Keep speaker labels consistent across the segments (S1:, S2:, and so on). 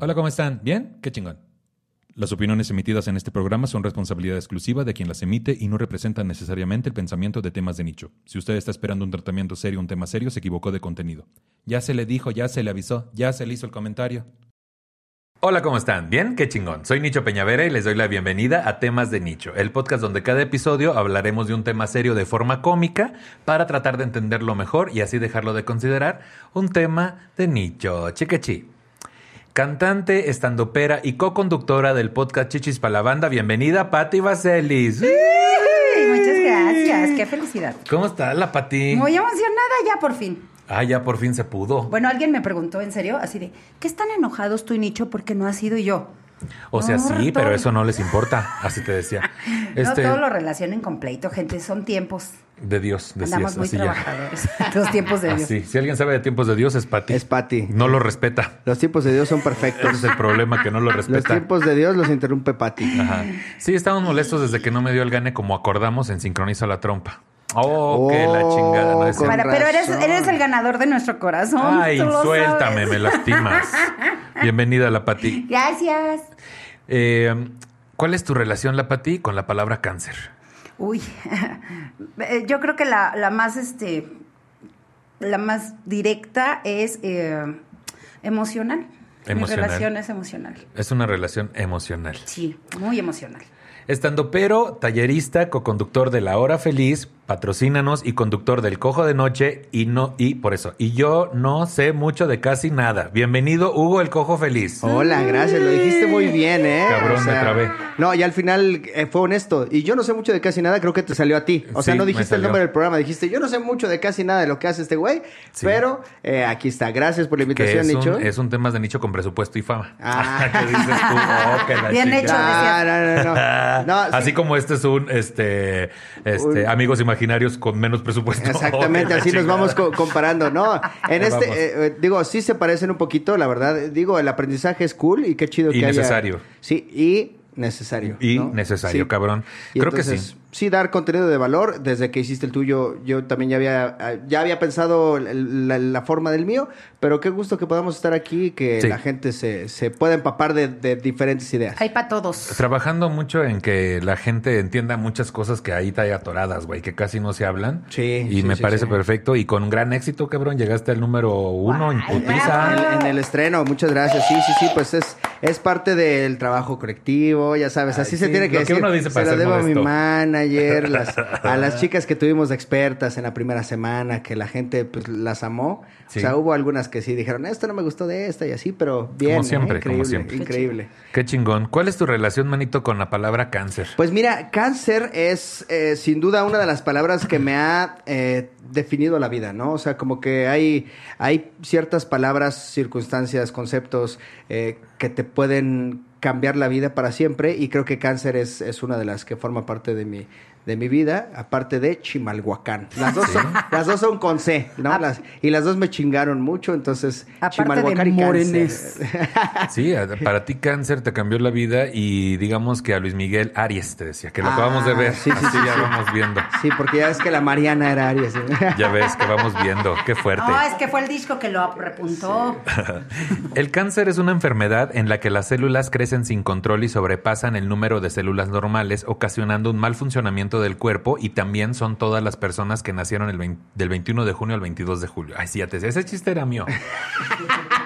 S1: Hola, ¿cómo están? ¿Bien? ¿Qué chingón? Las opiniones emitidas en este programa son responsabilidad exclusiva de quien las emite y no representan necesariamente el pensamiento de temas de nicho. Si usted está esperando un tratamiento serio, un tema serio, se equivocó de contenido. Ya se le dijo, ya se le avisó, ya se le hizo el comentario. Hola, ¿cómo están? ¿Bien? ¿Qué chingón? Soy Nicho Peñavera y les doy la bienvenida a Temas de Nicho, el podcast donde cada episodio hablaremos de un tema serio de forma cómica para tratar de entenderlo mejor y así dejarlo de considerar un tema de nicho. Chiquechi. Cantante, estandopera y co-conductora del podcast Chichis para la Banda, bienvenida Patti Vaselis.
S2: Ay, Muchas gracias, qué felicidad.
S1: ¿Cómo está la Patti?
S2: Muy emocionada ya por fin.
S1: Ah, ya por fin se pudo.
S2: Bueno, alguien me preguntó en serio, así de, ¿qué están enojados tú y Nicho porque no has sido y yo?
S1: O sea, sí,
S2: Gordo.
S1: pero eso no les importa, así te decía. Este,
S2: No todo lo relacionen con pleito, gente, son tiempos.
S1: De Dios, decías,
S2: Andamos muy
S1: así ya.
S2: trabajadores. Los tiempos de Dios.
S1: Así. Si alguien sabe de tiempos de Dios, es Pati.
S3: Es Pati.
S1: No lo respeta.
S3: Los tiempos de Dios son
S1: Ese
S3: perfectos.
S1: es el problema, que no lo
S3: Los
S1: respeta.
S3: tiempos de Dios los interrumpe Pati.
S1: Ajá. Sí, estamos molestos desde que no me dio el gane como acordamos en Sincroniza la Trompa. Oh,
S3: Oh,
S1: que la chingada. No es
S3: con
S1: cierto.
S2: Para- pero eres,
S3: razón.
S2: eres el ganador de nuestro corazón.
S1: Ay,
S2: tú lo
S1: suéltame,
S2: sabes.
S1: me lastimas. Bienvenida, la Pati.
S2: Gracias.
S1: Eh, ¿Cuál es tu relación, la Pati, con la palabra cáncer?
S2: Uy, eh, yo creo que la, la más, este, la más directa es eh, emocional. Mi
S1: Emocional.
S2: relación es emocional.
S1: Es una relación emocional.
S2: Sí, muy emocional.
S1: Estando pero, tallerista, coconductor de La Hora Feliz, patrocínanos y conductor del Cojo de Noche y no y por eso. Y yo no sé mucho de casi nada. Bienvenido Hugo el Cojo Feliz.
S3: Hola, gracias. Lo dijiste muy bien, ¿eh?
S1: Cabrón, me trabé.
S3: No, y al final eh, fue honesto. Y yo no sé mucho de casi nada, creo que te salió a ti. O sea,
S1: Sí,
S3: no
S1: me
S3: dijiste el
S1: salió.
S3: nombre del programa, dijiste yo no sé mucho de casi nada de lo que hace este güey.
S1: Sí.
S3: Pero eh, aquí está. Gracias por la
S1: que
S3: invitación,
S1: es
S3: Nicho.
S1: un, es un tema de nicho con presupuesto y fama.
S3: Ah.
S1: ¿Qué dices tú? Oh, que la
S2: Bien
S1: chica.
S2: hecho, decía.
S3: no, no, no, no. No, sí.
S1: Así como este es un este, este
S3: Un-
S1: amigos imaginarios con menos presupuesto. Oh,
S3: Exactamente,
S1: que la
S3: así nos
S1: chingada.
S3: vamos co- comparando, ¿no? En
S1: Ahí
S3: este,
S1: vamos.
S3: eh, eh, digo, sí se parecen un poquito, la verdad. Digo, el aprendizaje es cool y qué chido
S1: Y
S3: que haya-
S1: necesario.
S3: Sí, y necesario.
S1: Y
S3: ¿no?
S1: necesario,
S3: Sí.
S1: cabrón.
S3: Y
S1: Creo que
S3: entonces,
S1: sí.
S3: Sí, dar contenido de valor. Desde que hiciste el tuyo, yo también ya había, ah, ya había pensado el- la, la forma del mío, pero qué gusto que podamos estar aquí y que
S1: Sí.
S3: la gente se, se pueda empapar de, de diferentes ideas.
S2: Hay para todos.
S1: Trabajando mucho en que la gente entienda muchas cosas que ahí hay atoradas, güey, que casi no se hablan.
S3: Sí,
S1: Y
S3: sí,
S1: me
S3: sí,
S1: parece
S3: sí.
S1: perfecto. Y con gran éxito, cabrón, llegaste al número uno en
S2: Guay,
S1: putiza.
S3: En, el- en el estreno, muchas gracias. Sí, sí, sí, pues es, es parte del trabajo colectivo, ya sabes, así
S1: Ay,
S3: se
S1: sí,
S3: tiene
S1: lo
S3: que
S1: que
S3: decir.
S1: uno dice
S3: se
S1: para
S3: lo
S1: ser
S3: debo a mi
S1: modesto.
S3: manager, las- a las chicas que tuvimos de expertas en la primera semana, que la gente pues, las amó.
S1: Sí.
S3: O sea, hubo algunas que sí dijeron, esto no me gustó de esta y así, pero bien.
S1: Como
S3: ¿eh?
S1: siempre, como
S3: increíble,
S1: siempre.
S3: increíble.
S1: Qué chingón. ¿Cuál es tu relación, manito, con la palabra cáncer?
S3: Pues mira, cáncer es eh, sin duda una de las palabras que me ha eh, definido la vida, ¿no? O sea, como que hay, hay ciertas palabras, circunstancias, conceptos eh, que te pueden cambiar la vida para siempre y creo que cáncer es, es una de las que forma parte de mi, de mi vida, aparte de Chimalhuacán. Las dos, son, las dos son con C, ¿no? Las- y las dos me chingaron mucho, entonces
S2: Aparte de
S3: y cáncer.
S2: morenes.
S1: Sí, a- para ti cáncer te cambió la vida y digamos que a Luis Miguel Aries te decía, que lo
S3: Ah,
S1: acabamos de ver.
S3: sí, sí,
S1: Así
S3: sí,
S1: ya
S3: sí.
S1: vamos viendo.
S3: Sí, porque ya ves que la Mariana era Aries. ¿no?
S1: Ya ves que vamos viendo. Qué fuerte.
S2: No, es que fue el disco que lo repuntó.
S1: El cáncer es una enfermedad en la que las células crecen sin control y sobrepasan el número de células normales, ocasionando un mal funcionamiento del cuerpo y también son todas las personas que nacieron el 20 del 21 de junio al 22 de julio. Ay, sí, ya te sé. Ese chiste era mío.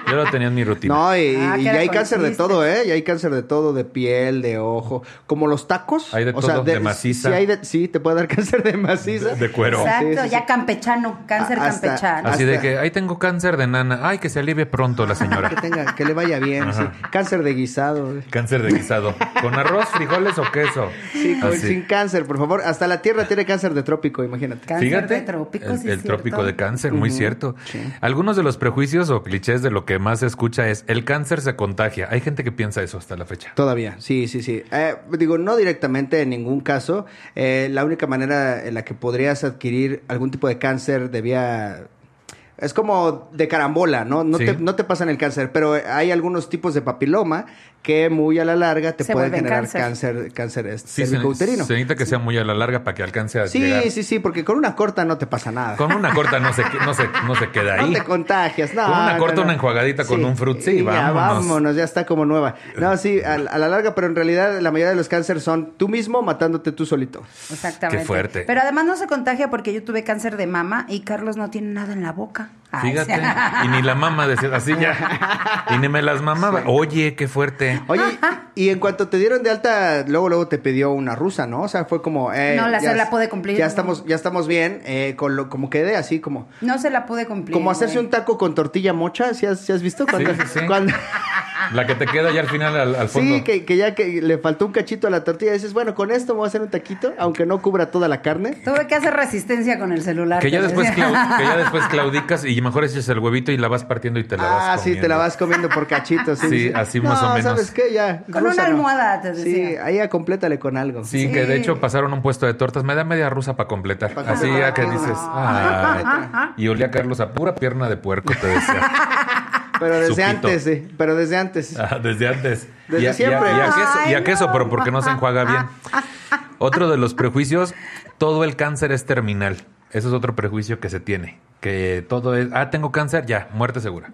S1: Yo lo tenía en mi rutina.
S3: No, y,
S2: Ah,
S3: y
S2: que
S3: ya
S2: la
S3: hay cáncer de
S2: conociste.
S3: todo, ¿eh? Ya hay cáncer de todo, de piel, de ojo. Como los tacos.
S1: Hay de todo, de maciza.
S3: Sí, hay de- sí, te puede dar cáncer de maciza.
S1: De cuero.
S2: Exacto,
S3: Sí, sí, sí.
S2: ya campechano, cáncer
S1: Ah,
S3: A- hasta-
S2: campechano.
S1: Así de
S3: hasta-
S1: que, ahí tengo cáncer de nana. Ay, que se alivie pronto la
S3: Que
S1: señora.
S3: tenga, que le vaya bien. sí. Cáncer de guisado.
S1: Cáncer de guisado. ¿Con arroz, frijoles o queso?
S3: Sí, con-
S1: Así.
S3: sin cáncer, por favor. Hasta la tierra tiene cáncer de trópico, imagínate.
S2: Cáncer
S1: Fíjate,
S2: de trópico,
S1: el,
S2: sí es
S1: el trópico
S2: cierto.
S1: de cáncer, muy cierto.
S3: sí.
S1: Algunos de los prejuicios o clichés de lo que más se escucha es el cáncer se contagia. Hay gente que piensa eso hasta la fecha.
S3: Todavía, sí, sí, sí. Eh, digo, no directamente en ningún caso. Eh, la única manera en la que podrías adquirir algún tipo de cáncer de vía Es como de carambola, ¿no? No,
S1: Sí.
S3: te, no te pasan el cáncer, pero hay algunos tipos de papiloma que muy a la larga te
S2: Se
S3: pueden
S2: vuelven
S3: generar
S2: cáncer.
S3: cáncer, cáncer, este,
S1: Sí, se,
S3: cervicouterino.
S1: se necesita que sea muy a la larga para que alcance a llegar.
S3: Sí, sí, sí, porque con una corta no te pasa nada.
S1: Con una corta no se, no se, no se queda ahí.
S3: No te contagias, no.
S1: Con una
S3: no,
S1: corta,
S3: no.
S1: una enjuagadita con un frut, sí,
S3: Y ya,
S1: vámonos.
S3: vámonos, ya está como nueva. No, sí, a, a la larga, pero en realidad la mayoría de los cánceres son tú mismo matándote tú solito.
S2: Exactamente.
S1: Qué fuerte.
S2: Pero además no se contagia porque yo tuve cáncer de mama y Carlos no tiene nada en la boca. Ay,
S1: Fíjate.
S2: o sea,
S1: Y ni la mamá decía así ya. Y ni me las mamaba. Oye, qué fuerte.
S3: Oye, y en cuanto te dieron de alta, luego luego te pidió una rusa, ¿no? O sea, fue como... eh,
S2: No, la
S3: ya-
S2: célula puede cumplir.
S3: Ya estamos, ya estamos bien, eh, con lo, como quedé así, como...
S2: no se la pude cumplir.
S3: Como hacerse
S2: güey.
S3: un taco con tortilla mocha, ¿sí has, sí has visto? Cuando,
S1: sí, sí.
S3: cuando-
S1: La que te queda ya al final, al, al fondo.
S3: sí, que, que ya que le faltó un cachito a la tortilla, dices, bueno, con esto me voy a hacer un taquito, aunque no cubra toda la carne.
S2: Tuve que hacer resistencia con el celular.
S1: Que ya,
S2: te
S1: después
S2: decía.
S1: clau- que ya después claudicas y mejor echas el huevito y la vas partiendo y te la vas
S3: ah, sí, te la
S1: comiendo.
S3: vas comiendo por cachitos. Sí,
S1: Sí, así más o
S3: No,
S1: menos.
S3: ¿sabes qué? Ya.
S2: Con una almohada, te
S3: Sí,
S2: decía.
S3: ahí ya complétale con algo.
S1: Sí, que de
S2: Sí.
S1: hecho pasaron un puesto de tortas. Me da media rusa para completar.
S3: Pa'
S1: Así
S3: completar.
S1: ya que
S3: Ah.
S1: dices. "Ay". Y olía a Carlos a pura pierna de puerco, te decía.
S3: Pero desde
S1: Supito.
S3: antes, sí. Pero desde antes.
S1: Ah, Desde antes.
S3: Desde
S1: y a, y a-
S3: siempre.
S1: Y a, queso, y a
S2: Ay,
S1: queso,
S2: no.
S1: pero porque no se enjuaga bien. Otro de los prejuicios, todo el cáncer es terminal. Eso es otro prejuicio que se tiene. Que todo es, ah, tengo cáncer, ya, muerte segura.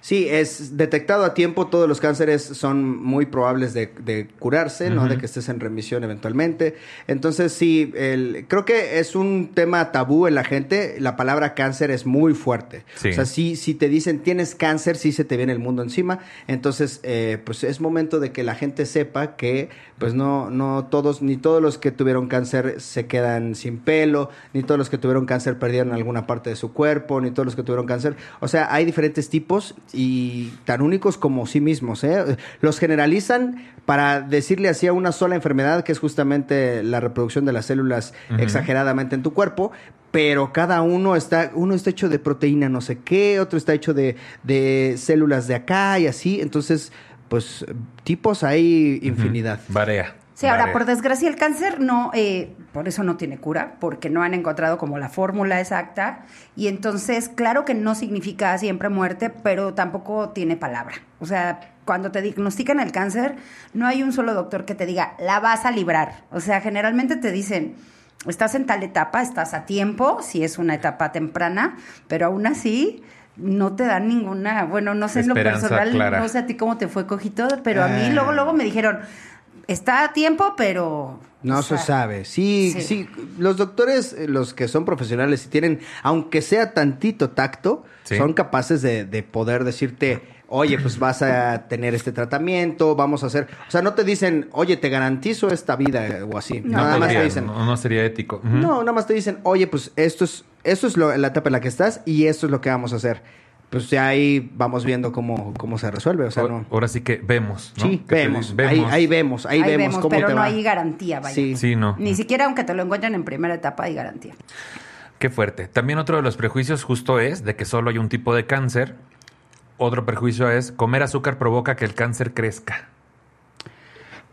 S3: Sí, es detectado a tiempo, todos los cánceres son muy probables de, de curarse, ¿no? De que estés en remisión eventualmente. Entonces, sí, el- creo que es un tema tabú en la gente. La palabra cáncer es muy fuerte.
S1: Sí.
S3: O sea, sí, si te dicen tienes cáncer, sí se te viene el mundo encima. Entonces, eh, pues es momento de que la gente sepa que, pues no, no todos, ni todos los que tuvieron cáncer se quedan sin pelo, ni todos los que tuvieron cáncer perdieron alguna parte de su cuerpo, ni todos los que tuvieron cáncer. O sea, hay diferentes tipos y tan únicos como sí mismos. ¿eh? Los generalizan para decirle así a una sola enfermedad, que es justamente la reproducción de las células exageradamente en tu cuerpo, pero cada uno está, uno está hecho de proteína no sé qué, otro está hecho de, de células de acá y así. Entonces, pues tipos hay infinidad.
S1: Varea.
S2: Sí, ahora,
S1: varea.
S2: por desgracia, el cáncer no, eh, por eso no tiene cura, porque no han encontrado como la fórmula exacta. Y entonces, claro que no significa siempre muerte, pero tampoco tiene palabra. O sea, cuando te diagnostican el cáncer, no hay un solo doctor que te diga, la vas a librar. O sea, generalmente te dicen, estás en tal etapa, estás a tiempo, si es una etapa temprana, pero aún así no te dan ninguna, bueno, no sé en lo
S1: Esperanza
S2: personal,
S1: clara. Eh,
S2: no sé a ti cómo te fue cojito, pero a mí
S3: Ah.
S2: luego, luego me dijeron, Está a tiempo, pero...
S3: No
S2: o sea,
S3: se sabe. Sí, sí,
S2: sí.
S3: Los doctores, eh, los que son profesionales y tienen, aunque sea tantito tacto,
S1: Sí.
S3: son capaces de, de poder decirte, oye, pues vas a tener este tratamiento, vamos a hacer. O sea, no te dicen, oye, te garantizo esta vida eh, o así.
S1: No,
S3: Nada más
S1: podría,
S3: te dicen.
S1: no, no sería ético. Ujú.
S3: No, nada más te dicen, oye, pues esto es, esto es lo- la etapa en la que estás y esto es lo que vamos a hacer. Pues ya ahí vamos viendo cómo, cómo se resuelve. O sea,
S1: O-
S3: no.
S1: Ahora sí que vemos. ¿no?
S3: Sí,
S1: Que te
S3: vemos,
S1: dicen,
S3: Ahí, ahí vemos, ahí, vemos, cómo
S2: pero
S3: te
S2: no
S3: va.
S2: hay garantía, vaya.
S3: Sí.
S1: Sí, no.
S2: Ni siquiera aunque te lo encuentren en primera etapa hay garantía.
S1: Qué fuerte. También otro de los prejuicios justo es de que solo hay un tipo de cáncer. Otro prejuicio es comer azúcar provoca que el cáncer crezca.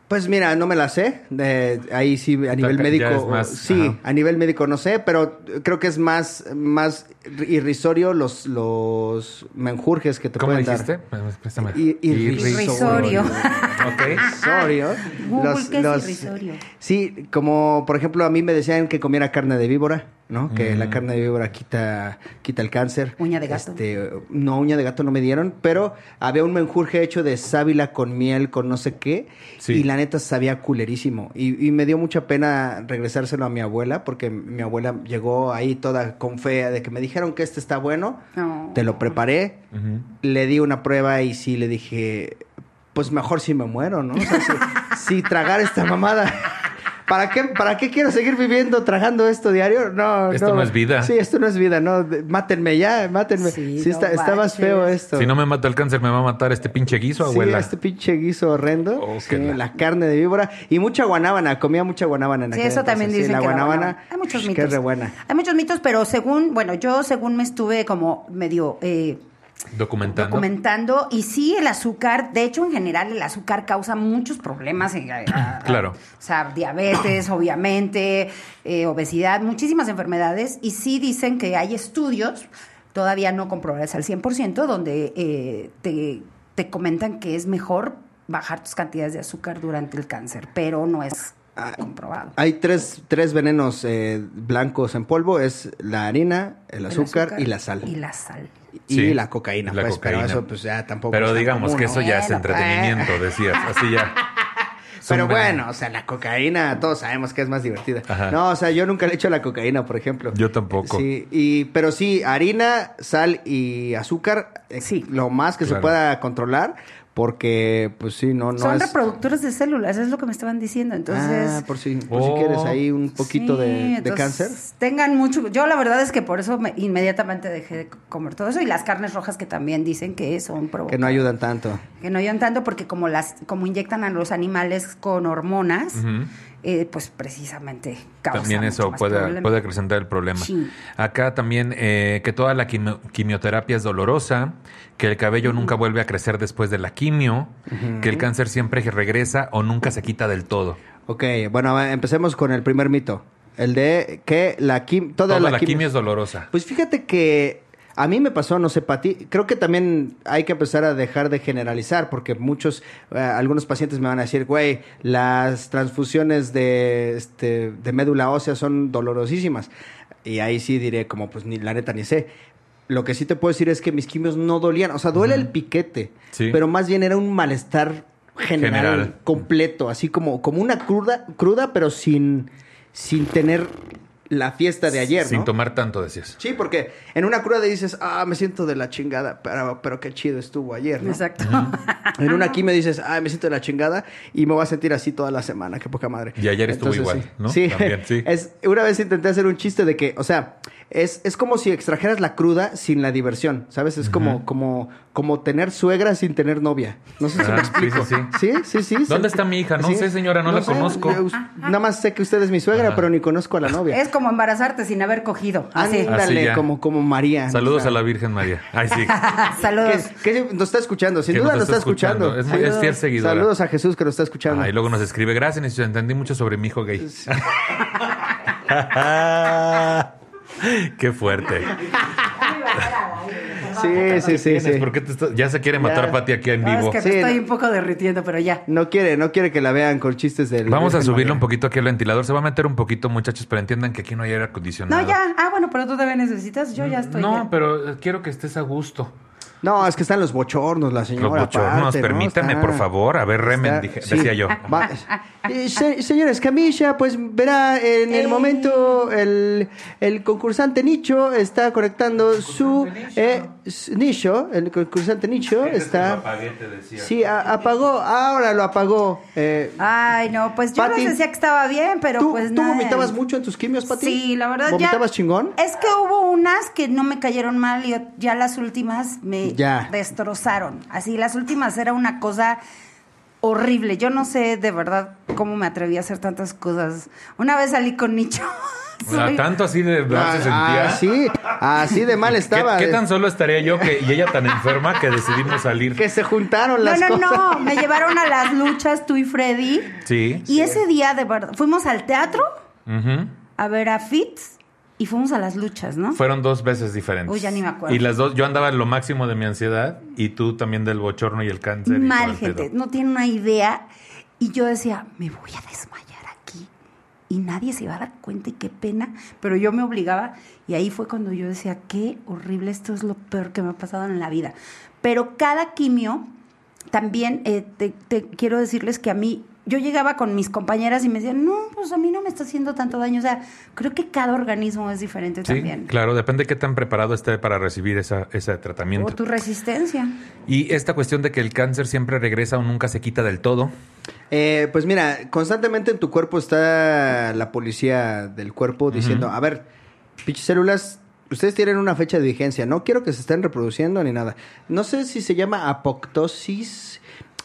S3: Pues mira, no me la sé. eh, ahí sí, a nivel
S1: Ya
S3: médico.
S1: es más,
S3: sí,
S1: ajá.
S3: a nivel médico no sé, pero creo que es más, más irrisorio los, los menjurjes que te
S1: ¿Cómo
S3: pueden
S1: dijiste? Pues,
S3: dar.
S1: Préstame.
S3: I-
S2: Irrisorio.
S1: ok.
S3: Irrisorio.
S2: Google, ¿qué Ah, es irrisorio?
S3: Sí, como por ejemplo a mí me decían que comiera carne de víbora, ¿no? Que
S1: Mm.
S3: la carne de víbora quita, quita el cáncer.
S2: Uña de gato.
S3: Este, no, uña de gato no me dieron, pero había un menjurje hecho de sábila con miel, con no sé qué.
S1: Sí.
S3: Y la neta sabía culerísimo. Y, y me dio mucha pena regresárselo a mi abuela, porque mi abuela llegó ahí toda con fe de que me dijeron que este está bueno.
S2: No.
S3: Te lo preparé,
S1: Ujú.
S3: le di una prueba y sí le dije, pues mejor si me muero, ¿no? O sea, si, si tragar esta mamada. ¿Para qué, ¿Para qué quiero seguir viviendo tragando esto diario? No,
S1: Esto no es vida.
S3: Sí, esto no es vida, no. de- Mátenme ya, mátenme. Sí,
S2: Sí,
S3: está,
S2: no
S3: está más
S2: manches.
S3: feo esto.
S1: Si no me mata el cáncer, me va a matar este pinche guiso,
S3: Sí,
S1: abuela.
S3: este pinche guiso horrendo.
S1: Oh,
S3: Sí,
S1: que la-
S3: la... carne de víbora. Y mucha guanábana, comía mucha guanábana en
S2: Sí,
S3: aquel
S2: eso también
S3: entonces.
S2: dicen
S3: Sí, la
S2: que la
S3: guanábana.
S2: guanábana. Hay muchos
S3: psh,
S2: mitos.
S3: Que es re buena.
S2: Hay muchos mitos, pero según, bueno, yo según me estuve como medio eh,
S1: Documentando.
S2: documentando y sí el azúcar, de hecho en general el azúcar causa muchos problemas en a- a-
S1: Claro.
S2: O sea, diabetes, obviamente, eh, obesidad, muchísimas enfermedades y sí dicen que hay estudios todavía no comprobadas al 100%, donde eh, te, te comentan que es mejor bajar tus cantidades de azúcar durante el cáncer, pero no es
S3: Ah,
S2: comprobado.
S3: Hay tres, tres venenos eh, blancos en polvo, es la harina, el
S2: El
S3: azúcar, y la sal.
S2: Y la sal.
S3: Y
S1: Sí,
S3: la cocaína,
S1: la
S3: pues,
S1: cocaína.
S3: pero eso pues ya tampoco. es
S1: Pero
S3: tan
S1: digamos
S3: común,
S1: que
S3: ¿no?
S1: eso ya es
S2: Bueno, pues.
S1: entretenimiento, decías. Así ya. Son
S3: Pero
S1: venenos.
S3: bueno, o sea, la cocaína, todos sabemos que es más divertida.
S1: Ajá.
S3: No, o sea, yo nunca le he hecho la cocaína, por ejemplo.
S1: Yo tampoco.
S3: Sí, y, pero sí, harina, sal y azúcar, eh,
S2: Sí.
S3: lo más que se
S1: Claro.
S3: pueda controlar, porque pues sí, no, no
S2: Son
S3: es...
S2: reproductores de células, es lo que me estaban diciendo. Entonces,
S3: ah, por si, por
S1: Oh.
S3: si quieres ahí un poquito
S2: Sí,
S3: de- de,
S2: entonces,
S3: cáncer.
S2: Tengan mucho. Yo la verdad es que por eso me- inmediatamente dejé de comer todo eso y las carnes rojas que también dicen que son
S3: Que no ayudan tanto.
S2: que no ayudan tanto porque como las como inyectan a los animales con hormonas,
S1: Ujú.
S2: eh, pues precisamente causa
S1: También
S2: mucho
S1: eso
S2: más
S1: puede,
S2: problema.
S1: puede acrecentar el problema.
S2: Sí.
S1: Acá también eh, que toda la quimio- quimioterapia es dolorosa, que el cabello nunca vuelve a crecer después de la quimio, que el cáncer siempre regresa o nunca se quita del todo.
S3: Ok, bueno, va, empecemos con el primer mito. El de que la quim, toda,
S1: Toda,
S3: la,
S1: la
S3: quim-
S1: quimio es dolorosa.
S3: Pues fíjate que a mí me pasó, no sé, para ti, creo que también hay que empezar a dejar de generalizar, porque muchos, eh, algunos pacientes me van a decir, güey, las transfusiones de, este, de médula ósea son dolorosísimas. Y ahí sí diré, como, pues ni la neta ni sé. Lo que sí te puedo decir es que mis quimios no dolían, o sea, duele el piquete,
S1: Sí.
S3: pero más bien era un malestar general,
S1: General.
S3: completo, así como, como una cruda, cruda, pero sin, sin tener la fiesta de ayer.
S1: Sin
S3: ¿no?
S1: tomar tanto, decías.
S3: Sí, porque en una cruda dices, ah, me siento de la chingada, pero, pero qué chido estuvo ayer, ¿no?
S2: Exacto.
S3: En una aquí me dices, ah, me siento de la chingada y me voy a sentir así toda la semana, qué poca madre.
S1: Y ayer estuvo igual,
S3: sí.
S1: ¿no?
S3: Sí.
S1: También, sí.
S3: Es, una vez intenté hacer un chiste de que, o sea, es, es como si extrajeras la cruda sin la diversión, ¿sabes? Es como, como, como tener suegra sin tener novia. No sé si
S1: Ah,
S3: me explico.
S1: sí, sí,
S3: sí. Sí, sí,
S1: ¿Dónde está mi hija? No sé, señora, no la conozco.
S3: yo- nada más sé que usted es mi suegra,
S1: Ajá.
S3: pero ni conozco a la novia.
S2: es como embarazarte sin haber cogido.
S3: Ah,
S2: Así.
S1: Así
S3: Ándale,
S1: ya.
S3: como, como María.
S1: Saludos
S3: O sea,
S1: a la Virgen María. Ay, sí.
S2: ah, Saludos.
S3: Que, que nos está escuchando, sin
S1: Que
S3: duda
S1: nos
S3: nos está,
S1: está
S3: escuchando.
S1: escuchando, es muy- es
S3: Saludos.
S1: fiel seguidora.
S3: Saludos a Jesús que nos está escuchando.
S1: Ah, y luego nos escribe, gracias, Necicio, entendí mucho sobre mi hijo gay. Qué fuerte.
S3: sí, sí, sí,
S1: ¿Tienes?
S3: sí.
S1: ¿Por qué te estás- Ya se quiere matar
S3: Ya. Ah,
S1: Pati aquí en
S2: No,
S1: vivo.
S2: es que
S3: Sí,
S2: me estoy
S3: no.
S2: un poco derritiendo, pero ya.
S3: No quiere, no quiere que la vean con chistes del.
S1: Vamos a
S3: Virgen
S1: subirle
S3: María.
S1: un poquito aquí al ventilador. Se va a meter un poquito, muchachos, pero entiendan que aquí no hay aire acondicionado.
S2: No, ya. Ah, bueno, pero tú también necesitas. Yo ya estoy.
S1: No,
S2: bien.
S1: pero eh, quiero que estés a gusto.
S3: No, es que están los bochornos, la señora.
S1: Los bochornos,
S3: aparte, ¿no?
S1: permítame,
S3: Está-
S1: por favor. A ver, remen,
S3: está-
S1: dije-
S3: sí.
S1: decía yo.
S3: Va- Eh, se- señora Escamilla, pues verá, en el
S2: Eh.
S3: momento el, el concursante Nicho está conectando su eh, s- nicho. El concursante Nicho está. Sí, a- apagó, ahora lo apagó. Eh,
S2: Ay, no, pues yo
S3: Pati,
S2: les decía que estaba bien, pero
S3: ¿Tú,
S2: pues
S3: tú
S2: nada.
S3: vomitabas mucho en tus quimios, Pati?
S2: Sí, la verdad ya.
S3: ¿Vomitabas chingón?
S2: Es que hubo unas que no me cayeron mal y ot- ya las últimas me
S3: Ya.
S2: destrozaron. Así, las últimas era una cosa horrible. Yo no sé de verdad cómo me atreví a hacer tantas cosas. Una vez salí con Nicho. Soy-
S1: Tanto así de verdad se sentía.
S3: así, así de mal
S1: ¿Qué-
S3: Ah, estaba.
S1: ¿Qué, tan solo estaría yo que, y ella tan enferma que decidimos salir?
S3: Que se juntaron
S2: No,
S3: las
S2: no,
S3: cosas.
S2: no. Me llevaron a las luchas tú y Freddy.
S1: Sí.
S2: Y ese día, de verdad, fuimos al teatro
S1: Ujú.
S2: a ver a Fitz y fuimos a las luchas, ¿no?
S1: Fueron dos veces diferentes.
S2: Uy, ya ni me acuerdo.
S1: Y las dos, yo andaba en lo máximo de mi ansiedad y tú también del bochorno y el cáncer. y todo
S2: mal,
S1: el pedo.
S2: gente. No tiene una idea. Y yo decía, me voy a desmayar aquí. Y nadie se va a dar cuenta y qué pena. Pero yo me obligaba. Y ahí fue cuando yo decía, qué horrible, esto es lo peor que me ha pasado en la vida. Pero cada quimio, también eh, te, te quiero decirles que a mí, yo llegaba con mis compañeras y me decían, no, pues a mí no me está haciendo tanto daño. O sea, creo que cada organismo es diferente
S1: Sí,
S2: también.
S1: claro, depende de qué tan preparado esté para recibir esa, ese
S2: O
S1: tratamiento.
S2: tu resistencia.
S1: Y esta cuestión de que el cáncer siempre regresa o nunca se quita del todo.
S3: Eh, pues mira, constantemente en tu cuerpo está la policía del cuerpo diciendo, a ver, pinches células, ustedes tienen una fecha de vigencia, no quiero que se estén reproduciendo ni nada. No sé si se llama apoptosis.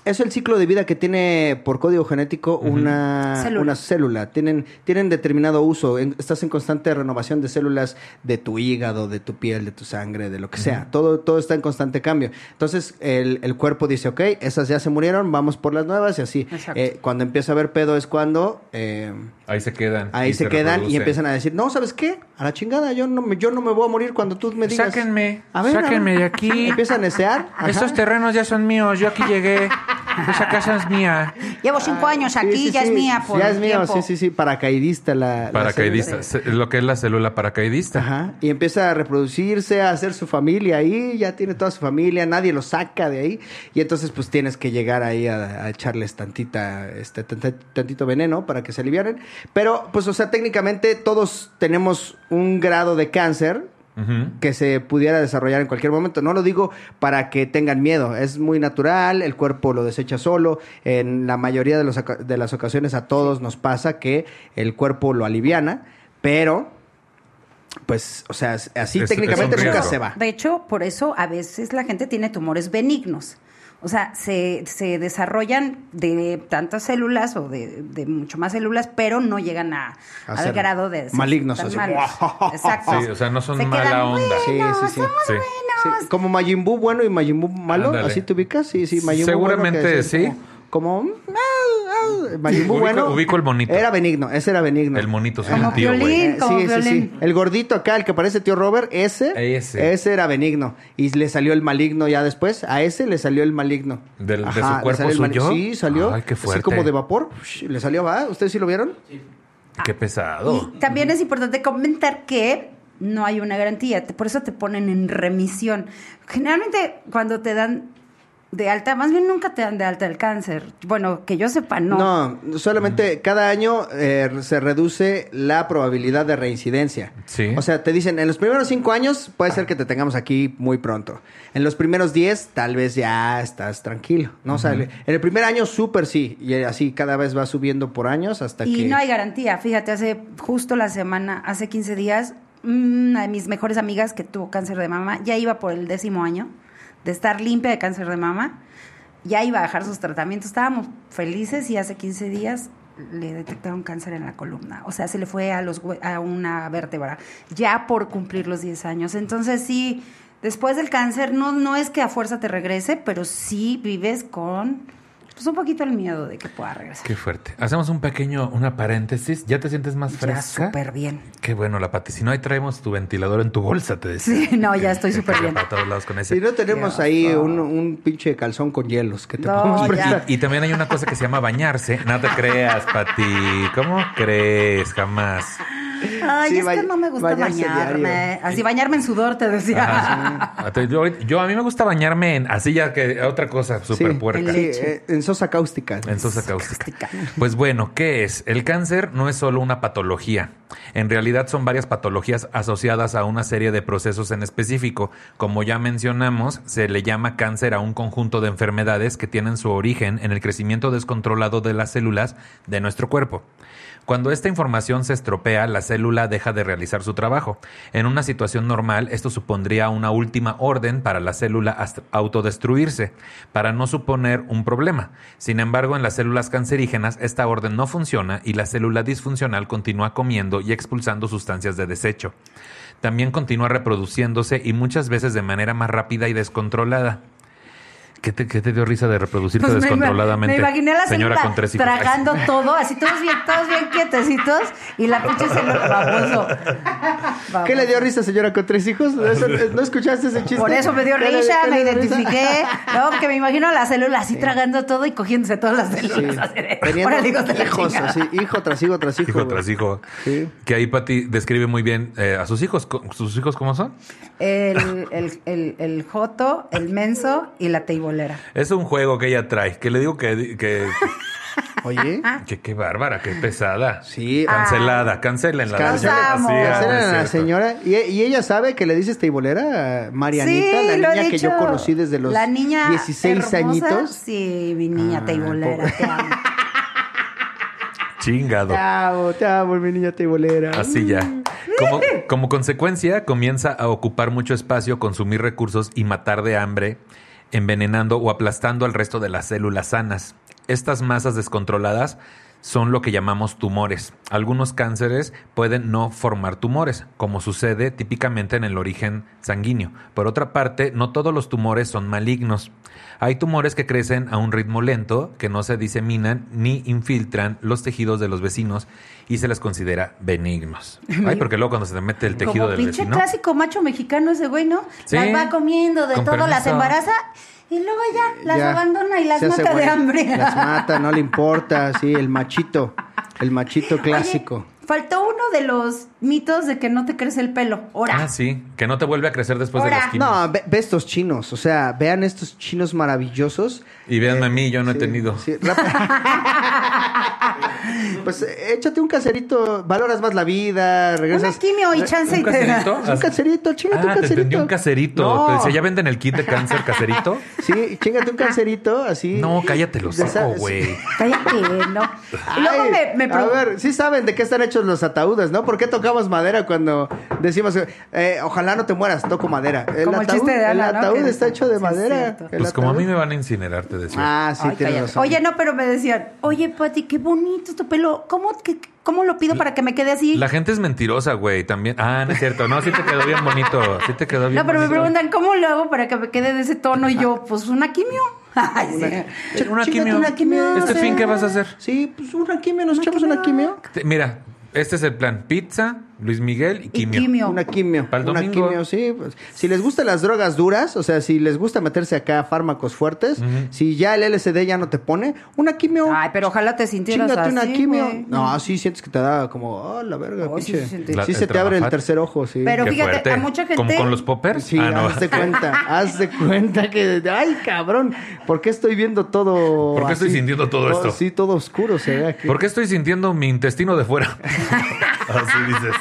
S3: es el ciclo de vida que tiene por código genético una,
S2: Célula.
S3: una célula. Tienen, tienen determinado uso. En- estás en constante renovación de células de tu hígado, de tu piel, de tu sangre, de lo que sea. todo, todo está en constante cambio. Entonces, el, el cuerpo dice, ok, esas ya se murieron, vamos por las nuevas y así.
S2: Exacto.
S3: Eh, cuando empieza a haber pedo es cuando... eh,
S1: Ahí se quedan.
S3: Ahí
S1: y
S3: se, quedan y
S1: reproducen.
S3: empiezan a decir, no, ¿sabes qué? A la chingada, yo no me, yo no me voy a morir cuando tú me digas.
S4: Pues Sáquenme,
S3: A ver, a ver.
S4: sáquenme de aquí.
S3: Empiezan a desear.
S4: Esos terrenos ya son míos, yo aquí llegué. Esa casa es mía.
S2: Llevo cinco
S3: Ah,
S2: años aquí, ya es mía por
S3: Ya
S2: un
S3: es mío,
S2: tiempo.
S3: sí, sí, sí, paracaidista la... la
S1: Paracaidista.
S3: célula.
S1: se- Lo que es la célula paracaidista.
S3: Ajá. Y empieza a reproducirse, a hacer su familia ahí, ya tiene toda su familia, nadie lo saca de ahí. Y entonces pues tienes que llegar ahí a, a echarles tantita, este, tant- tantito veneno para que se alivianen. Pero pues, o sea, técnicamente todos tenemos un grado de cáncer
S1: Ujú.
S3: que se pudiera desarrollar en cualquier momento. No lo digo para que tengan miedo, es muy natural, el cuerpo lo desecha solo, en la mayoría de, los oca- de las ocasiones a todos nos pasa que el cuerpo lo aliviana, pero pues, o sea, es- así
S1: Es- es
S3: técnicamente
S1: un
S3: nunca
S1: riesgo.
S3: se va.
S2: De hecho, por eso a veces la gente tiene tumores benignos. O sea, se, se desarrollan de tantas células o de, de mucho más células, pero no llegan a,
S3: A
S2: al
S3: ser
S2: grado de ser
S3: malignos,
S2: tan
S3: así.
S2: malos. Exacto.
S1: Sí, o sea, no son
S2: Se
S1: mala
S2: quedan,
S1: onda.
S2: "Bueno,
S3: Sí, sí, sí.
S2: somos
S1: Sí.
S2: buenos".
S3: Sí, como Majin Buu bueno y Majin Buu malo,
S1: Ándale.
S3: así te ubicas, sí, sí, Majin Buu
S1: Seguramente
S3: bueno que
S1: sí.
S3: decías Como, como, "Ah, ah", Majin Buu
S1: Ubico-
S3: bueno.
S1: ubico el monito.
S3: Era benigno, ese era benigno.
S1: El monito soy
S2: Como
S1: un tío, güey.
S2: violín.
S3: Eh,
S2: como
S3: sí, sí, sí.
S2: violín.
S3: El gordito acá, el que parece tío Robert, ese,
S1: Ese.
S3: ese. era benigno. Y le salió el maligno ya después. A ese le salió el maligno.
S1: ¿Del- de
S3: Ajá,
S1: su
S3: le
S1: cuerpo
S3: salió el maligno.
S1: suyo?
S3: Sí, salió.
S1: Ay, qué fuerte.
S3: Así como de vapor. Ush, Le salió, ¿va? ¿Ustedes sí lo vieron?
S1: Qué pesado.
S2: Y también es importante comentar que no hay una garantía, te- por eso te ponen en remisión. Generalmente cuando te dan de alta, más bien nunca te dan de alta el cáncer. Bueno, que yo sepa, no.
S3: No, solamente cada año eh, se reduce la probabilidad de reincidencia.
S1: Sí.
S3: O sea, te dicen, en los primeros cinco años puede ser que te tengamos aquí muy pronto. En los primeros diez, tal vez ya estás tranquilo. ¿no? O sea, en el primer año, súper sí. Y así cada vez va subiendo por años hasta que...
S2: Y no hay garantía. Fíjate, hace justo la semana, hace 15 días, una de mis mejores amigas que tuvo cáncer de mama, ya iba por el décimo año de estar limpia de cáncer de mama, ya iba a dejar sus tratamientos, estábamos felices y hace 15 días le detectaron cáncer en la columna, o sea, se le fue a, los, hue- a una vértebra, ya por cumplir los 10 años. Entonces sí, después del cáncer no, no es que a fuerza te regrese, pero sí vives con pues, un poquito el miedo de que pueda regresar.
S1: Qué fuerte. Hacemos un pequeño, una paréntesis. ¿Ya te sientes más
S2: Ya
S1: fresca?
S2: súper bien.
S1: Qué bueno, la Pati. Si no, ahí traemos tu ventilador en tu bolsa, te decía.
S2: Sí, no, ya estoy súper bien.
S1: Para todos lados con ese.
S3: Si no tenemos
S2: Dios.
S3: ahí un, un pinche calzón con hielos que te
S2: No,
S3: podemos
S2: ya.
S3: prestar.
S1: Y también hay una cosa que se llama bañarse. No te creas, Pati. ¿Cómo crees? Jamás.
S2: Ay,
S3: Sí,
S2: es que
S3: bañ-
S2: no me gusta
S3: bañarse
S2: bañarme.
S3: diario.
S2: Así bañarme en sudor, te decía.
S1: Ajá. Yo, yo a mí me gusta bañarme en así ya que otra cosa súper
S3: Sí,
S1: puerca.
S3: sí, eh, en sosa cáustica.
S1: En sosa cáustica. Pues bueno, ¿qué es? El cáncer no es solo una patología. En realidad son varias patologías asociadas a una serie de procesos en específico. Como ya mencionamos, se le llama cáncer a un conjunto de enfermedades que tienen su origen en el crecimiento descontrolado de las células de nuestro cuerpo. Cuando esta información se estropea, la célula deja de realizar su trabajo. En una situación normal, esto supondría una última orden para la célula hasta autodestruirse, para no suponer un problema. Sin embargo, en las células cancerígenas, esta orden no funciona y la célula disfuncional continúa comiendo y expulsando sustancias de desecho. También continúa reproduciéndose y muchas veces de manera más rápida y descontrolada. ¿Qué te, qué te dio risa de reproducirte
S2: Pues me,
S1: descontroladamente?
S2: me imaginé a la
S1: señora
S2: célula
S1: con tres hijos. Ay,
S2: tragando todo, así todos bien, todos bien quietecitos, y la pinche célula baboso.
S3: ¿Qué
S2: Baboso.
S3: le dio risa, señora, con tres hijos? ¿No, eso- eh, no escuchaste ese chiste?
S2: Por eso me dio
S3: ¿Qué le-
S2: risa,
S3: qué
S2: me
S3: le dio risa?
S2: identifiqué. No, porque me imagino a la célula así tragando todo y cogiéndose todas las
S3: Sí.
S2: células. así de,
S3: Teniendo
S2: Órale, hijos de la
S3: hijos,
S2: chingada.
S3: así, hijo tras hijo tras hijo.
S1: Hijo
S3: güey.
S1: tras hijo.
S3: Sí.
S1: Que ahí Pati describe muy bien eh, a sus hijos. Co- ¿Sus hijos cómo son?
S2: El, el, el, el joto, el menso y la teibolera.
S1: Es un juego que ella trae. Que le digo que... que
S3: Oye,
S1: que qué bárbara, qué pesada.
S3: Sí. Ah.
S1: Cancelada, cancelen la ah,
S3: Cancelen-
S2: Cancelen
S3: era la señora. Y, e, y ella sabe que le dices teibolera a Marianita,
S2: Sí,
S3: la
S2: lo he
S3: niña que yo
S2: dicho.
S3: conocí desde los
S2: La niña
S3: 16
S2: hermosa,
S3: añitos.
S2: Sí, mi niña
S3: Ah,
S2: teibolera.
S3: pobre.
S2: Te amo.
S1: Chingado.
S3: Te amo, te amo, mi niña teibolera.
S1: Así ya.
S3: Mm.
S1: Como, como consecuencia, comienza a ocupar mucho espacio, consumir recursos y matar de hambre envenenando o aplastando al resto de las células sanas. Estas masas descontroladas son lo que llamamos tumores. Algunos cánceres pueden no formar tumores, como sucede típicamente en el origen sanguíneo. Por otra parte, no todos los tumores son malignos. Hay tumores que crecen a un ritmo lento, que no se diseminan ni infiltran los tejidos de los vecinos y se les considera benignos. Ay, porque luego cuando se te mete el tejido del
S2: Como pinche
S1: vecino.
S2: clásico macho mexicano ese güey, ¿no?
S1: Sí.
S2: Las va comiendo de
S1: Con
S2: todo, las
S1: permiso.
S2: embaraza y luego ya las
S3: Ya,
S2: abandona y las
S3: se hace
S2: mata de
S3: güey.
S2: hambre.
S3: Las mata, no le importa, sí, el machito, el machito clásico.
S2: Oye, faltó uno de los mitos de que no te crece el pelo. Ahora.
S1: Ah, sí, que no te vuelve a crecer después
S2: Ahora.
S1: de los 15.
S3: No, ve, ve estos chinos, o sea, vean estos chinos maravillosos.
S1: Y véanme a mí, yo no
S3: Sí,
S1: he tenido.
S3: sí, rápido. pues eh, échate un caserito, valoras más la vida, regresas.
S2: Una quimio y chance y
S1: ¿Un
S2: te da.
S1: caserito?
S3: Es un caserito, chingate un
S1: Ah, te entendí
S3: caserito.
S1: un caserito.
S3: No.
S1: Te decía, ¿ya venden el kit de cáncer caserito?
S3: Sí, chingate un cancerito, así.
S1: No, cállate los
S3: Ya sabes.
S1: güey.
S2: Cállate, no.
S3: Ay,
S2: Luego me, me
S3: a
S2: pro-
S3: ver, sí saben de qué están hechos los ataúdes, ¿no? ¿Por qué tocamos madera cuando decimos, eh, ojalá no te mueras, toco madera? El
S2: Como el
S3: ataúd,
S2: chiste de Ana,
S3: el
S2: ¿no?
S3: ataúd
S2: Que-
S3: está hecho de
S2: sí, es
S3: madera.
S2: cierto.
S3: El
S1: Pues como a
S3: ataúd.
S1: mí me van a incinerar, te decía.
S3: Ah, sí,
S2: Ay,
S3: tienes
S2: cállate.
S3: razón.
S2: Oye, no, pero me decían, oye, Pati, qué bonito tu pelo. ¿Cómo, que- cómo lo pido para que me quede así?
S1: La gente es mentirosa, güey, también. Ah, no es cierto. No, sí te quedó bien bonito. Sí te quedó bien
S2: No, pero me
S1: bonito.
S2: preguntan, ¿cómo lo hago para que me quede de ese tono? Y yo, pues una quimio. Ay, sí.
S3: Ch-
S1: Este, Una
S3: chíngate
S1: quimio.
S3: una quimio,
S1: ¿Este
S3: o sea.
S1: fin qué vas a hacer?
S3: Sí, pues una quimio, nos echamos una quimio.
S1: Te- Mira, este es el plan. Pizza, Luis Miguel y
S2: Y
S1: quimio.
S2: quimio.
S3: Una quimio.
S1: Pa'l
S3: Una
S1: domingo.
S3: quimio, sí. pues. Si les gustan las drogas duras, o sea, si les gusta meterse acá a fármacos fuertes, si ya el LSD ya no te pone, una quimio.
S2: Ay, pero ojalá te sintieras
S3: Chingate
S2: así,
S3: una quimio.
S2: güey.
S3: No, sí sientes que te da como, oh, la verga,
S2: Oh, sí
S3: pinche.
S2: se
S3: Sí,
S2: siente.
S1: La- el
S3: se te abre el
S1: trabajar.
S3: tercer ojo, sí.
S2: Pero
S1: Qué
S2: fíjate,
S1: fuerte.
S2: a mucha gente-
S1: ¿Como con los poppers?
S3: Sí,
S1: ah, no.
S3: haz de cuenta, haz de cuenta que, ay, cabrón, ¿por qué estoy viendo todo
S1: ¿Por qué estoy
S3: así?
S1: sintiendo todo esto?
S3: Sí, todo oscuro se ve aquí.
S1: ¿Por qué estoy sintiendo mi intestino de fuera? Así dices.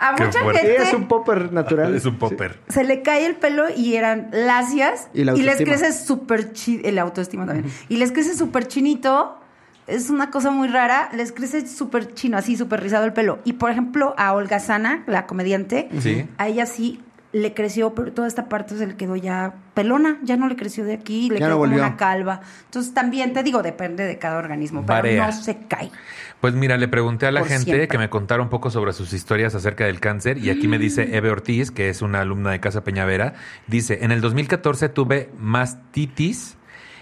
S2: A
S1: Qué
S2: mucha
S1: fuerte.
S3: Sí,
S2: gente
S3: es un popper natural.
S1: Es un popper.
S2: se le cae el pelo y eran lacias
S3: Y la
S2: les
S3: autoestima.
S2: crece súper chinito. El autoestima también. Y les crece súper chinito. Es una cosa muy rara. Les crece súper chino, así súper rizado el pelo. Y por ejemplo, a Olga Sana, la comediante,
S1: Sí.
S2: a ella sí le creció, pero toda esta parte se le quedó ya pelona. Ya no le creció de aquí, le
S3: Ya no
S2: quedó como
S3: volvió.
S2: una calva. Entonces también te digo, depende de cada organismo,
S1: Varea.
S2: pero no se cae.
S1: Pues mira, le pregunté a la
S2: Por
S1: gente
S2: siempre.
S1: que me contara un poco sobre sus historias acerca del cáncer y aquí me
S2: Mm.
S1: dice Eve Ortiz, que es una alumna de Casa Peñavera, dice, en el 2014 tuve mastitis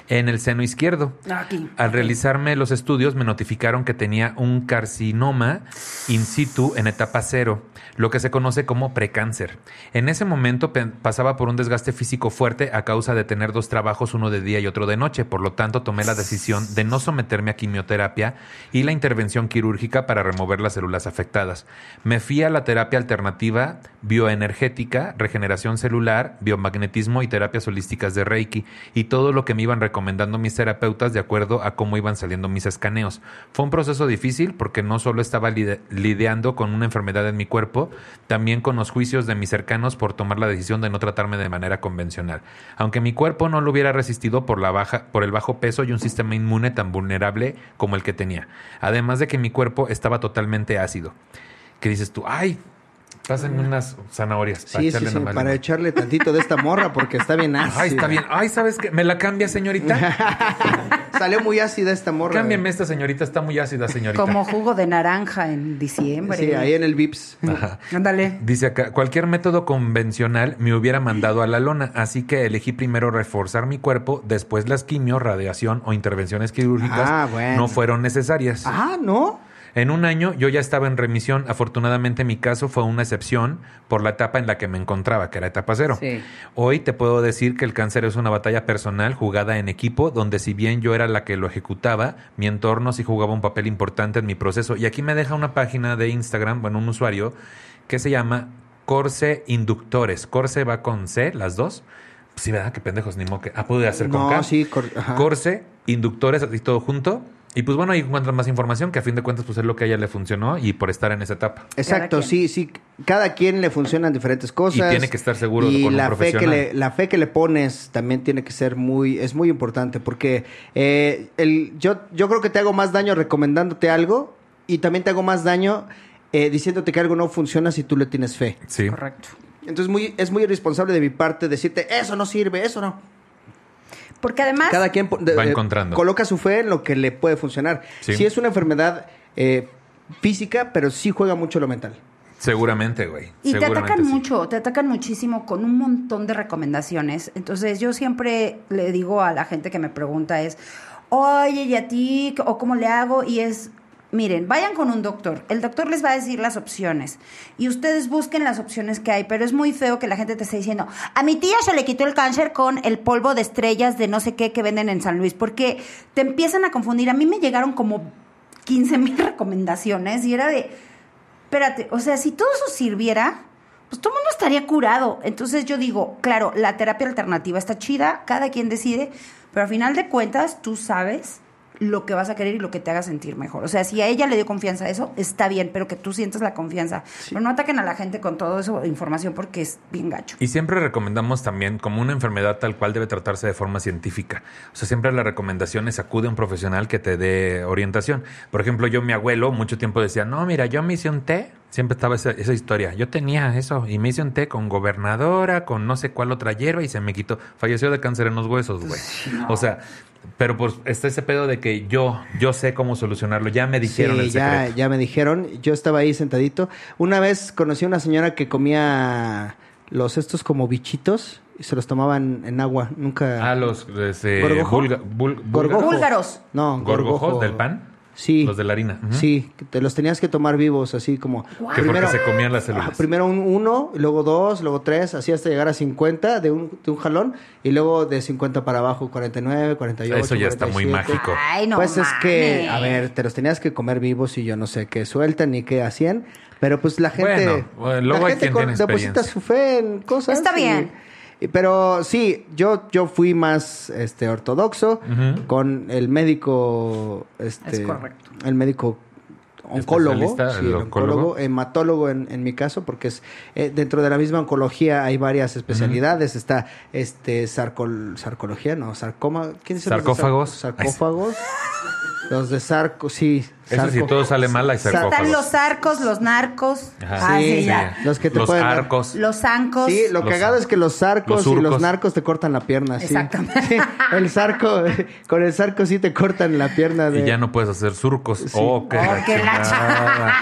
S1: en el seno izquierdo.
S2: Aquí.
S1: Al realizarme los estudios me notificaron que tenía un carcinoma in situ en etapa cero, lo que se conoce como precáncer. En ese momento pe- pasaba por un desgaste físico fuerte a causa de tener dos trabajos, uno de día y otro de noche, por lo tanto tomé la decisión de no someterme a quimioterapia y la intervención quirúrgica para remover las células afectadas. Me fui a la terapia alternativa bioenergética, regeneración celular, biomagnetismo y terapias holísticas de Reiki y todo lo que me iban recomendando mis terapeutas de acuerdo a cómo iban saliendo mis escaneos. Fue un proceso difícil porque no solo estaba lide- lidiando con una enfermedad en mi cuerpo, también con los juicios de mis cercanos por tomar la decisión de no tratarme de manera convencional. Aunque mi cuerpo no lo hubiera resistido por la baja por el bajo peso y un sistema inmune tan vulnerable como el que tenía. Además de que mi cuerpo estaba totalmente ácido. Que dices tú, "Ay, pásenme unas zanahorias para
S3: Sí, sí,
S1: echarle
S3: sí,
S1: nomás
S3: para
S1: limón".
S3: echarle tantito de esta morra porque está bien ácida.
S1: Ay, está bien. Ay, ¿sabes qué? ¿Me la cambia, señorita?
S3: Salió muy ácida esta morra.
S1: Cámbiame esta señorita, está muy ácida, señorita.
S2: Como jugo de naranja en diciembre.
S3: Sí, ahí en el Vips.
S1: Ajá.
S2: Ándale.
S1: Dice acá, cualquier método convencional me hubiera mandado a la lona, así que elegí primero reforzar mi cuerpo, después las quimio, radiación o intervenciones quirúrgicas
S3: Ah, bueno.
S1: no fueron necesarias.
S3: Ah, ¿no?
S1: En un año yo ya estaba en remisión. Afortunadamente mi caso fue una excepción por la etapa en la que me encontraba, que era etapa cero.
S2: Sí.
S1: Hoy te puedo decir que el cáncer es una batalla personal jugada en equipo, donde si bien yo era la que lo ejecutaba, mi entorno sí jugaba un papel importante en mi proceso. Y aquí me deja una página de Instagram, bueno, un usuario, que se llama Corse Inductores. Corse va con C, las dos. Sí, ¿verdad? Qué pendejos, ni modo que... Ah, pude hacer con
S3: No,
S1: K.
S3: sí, cor- ajá.
S1: Corse, inductores, así todo junto. Y pues bueno, ahí encuentran más información que a fin de cuentas pues es lo que a ella le funcionó y por estar en esa etapa.
S3: Exacto,
S2: Cada
S3: sí, sí. Cada quien le funcionan diferentes cosas.
S1: Y tiene que estar seguro
S3: Y
S1: con un
S3: la fe que
S1: profesional.
S3: le, la fe que le pones también tiene que ser muy, es muy importante porque eh, el, yo, yo creo que te hago más daño recomendándote algo y también te hago más daño eh, diciéndote que algo no funciona si tú le tienes fe.
S1: Sí.
S2: Correcto.
S3: Entonces muy, es muy irresponsable de mi parte decirte, eso no sirve, eso no.
S2: Porque además,
S3: Cada quien po- de-
S1: Va
S3: de-
S1: encontrando.
S3: coloca su fe en lo que le puede funcionar.
S1: Sí.
S3: Si es una enfermedad eh, física, pero sí juega mucho lo mental.
S1: Seguramente, güey.
S2: Y te
S1: Seguramente
S2: atacan
S1: sí.
S2: mucho, te atacan muchísimo con un montón de recomendaciones. Entonces yo siempre le digo a la gente que me pregunta es, oye, ¿y a ti? ¿O cómo le hago? Y es, miren, vayan con un doctor. El doctor les va a decir las opciones. Y ustedes busquen las opciones que hay. Pero es muy feo que la gente te esté diciendo, a mi tía se le quitó el cáncer con el polvo de estrellas de no sé qué que venden en San Luis. Porque te empiezan a confundir. A mí me llegaron como 15 mil recomendaciones y era de espérate, o sea, si todo eso sirviera, pues todo el mundo estaría curado. Entonces yo digo, claro, la terapia alternativa está chida, cada quien decide, pero al final de cuentas tú sabes lo que vas a querer y lo que te haga sentir mejor. O sea, si a ella le dio confianza a eso, está bien, pero que tú sientas la confianza. Pero no ataquen a la gente con todo eso de información porque es bien gacho.
S1: Y siempre recomendamos también, como una enfermedad tal cual debe tratarse de forma científica. O sea, siempre la recomendación es acude a un profesional que te dé orientación. Por ejemplo, yo, mi abuelo, mucho tiempo decía, no, mira, yo me hice un té. Siempre estaba esa, esa historia. Yo tenía eso y me hice un té con gobernadora, con no sé cuál otra hierba y se me quitó. Falleció de cáncer en los huesos, güey. O sea, pero pues está ese pedo de que yo, yo sé cómo solucionarlo. Ya me dijeron
S3: Sí,
S1: el secreto.
S3: ya, ya me dijeron. Yo estaba ahí sentadito. Una vez conocí a una señora que comía los estos como bichitos y se los tomaban en agua. Nunca.
S1: Ah, los este,
S3: ¿Gorgojo?
S1: bulga- bul-
S3: Gorgojo.
S2: Búlgaros.
S3: No,
S1: gorgojos
S3: gorgojo.
S1: del pan.
S3: Sí.
S1: Los de la harina. Ujú.
S3: Sí, que te los tenías que tomar vivos, así como.
S2: Guau.
S1: Que porque se comían las
S3: Ajá,
S1: células.
S3: Ah, primero un uno, luego dos, luego tres, así hasta llegar a 50 de un, de un jalón y luego de 50 para abajo, 49, 48.
S1: Eso ya está muy
S3: 47.
S1: mágico.
S2: Ay, no.
S3: pues es que,
S2: mames.
S3: a ver, te los tenías que comer vivos y yo no sé qué sueltan ni qué hacían, pero pues la gente,
S1: Bueno, bueno, luego
S3: la
S1: hay
S3: gente
S1: quien tiene
S3: deposita
S1: experiencia.
S3: su fe en cosas.
S2: Está bien.
S3: y- pero sí, yo, yo fui más este ortodoxo
S1: Ujú.
S3: con el médico, este,
S2: Es correcto.
S3: el médico oncólogo,
S1: Especialista,
S3: sí,
S1: el
S3: el
S1: oncólogo.
S3: oncólogo, hematólogo en, en mi caso, porque es eh, dentro de la misma oncología hay varias especialidades. Está este sarcol- sarcología, no, sarcoma, ¿quién dice los de sar-
S1: Sarcófagos.
S3: sarcófagos. Los de sarco, sí.
S1: Eso sí,
S3: sarco-
S1: todo sale mal, hay
S3: Sar-
S1: sarcófagos.
S2: Están los arcos, los narcos.
S1: Ajá.
S2: Ah, sí,
S3: Sí,
S2: ya.
S3: Los que te
S1: los
S3: pueden dar-
S1: arcos.
S2: Los ancos.
S3: Sí, lo
S1: Los-
S3: cagado es que los sarcos
S1: los
S3: y
S1: surcos.
S3: los narcos te cortan la pierna. Sí.
S2: Exactamente.
S3: Sí, el sarco, con el sarco sí te cortan la pierna. De...
S1: Y ya no puedes hacer surcos. Oh, qué la
S2: Oh, qué la
S1: chingada.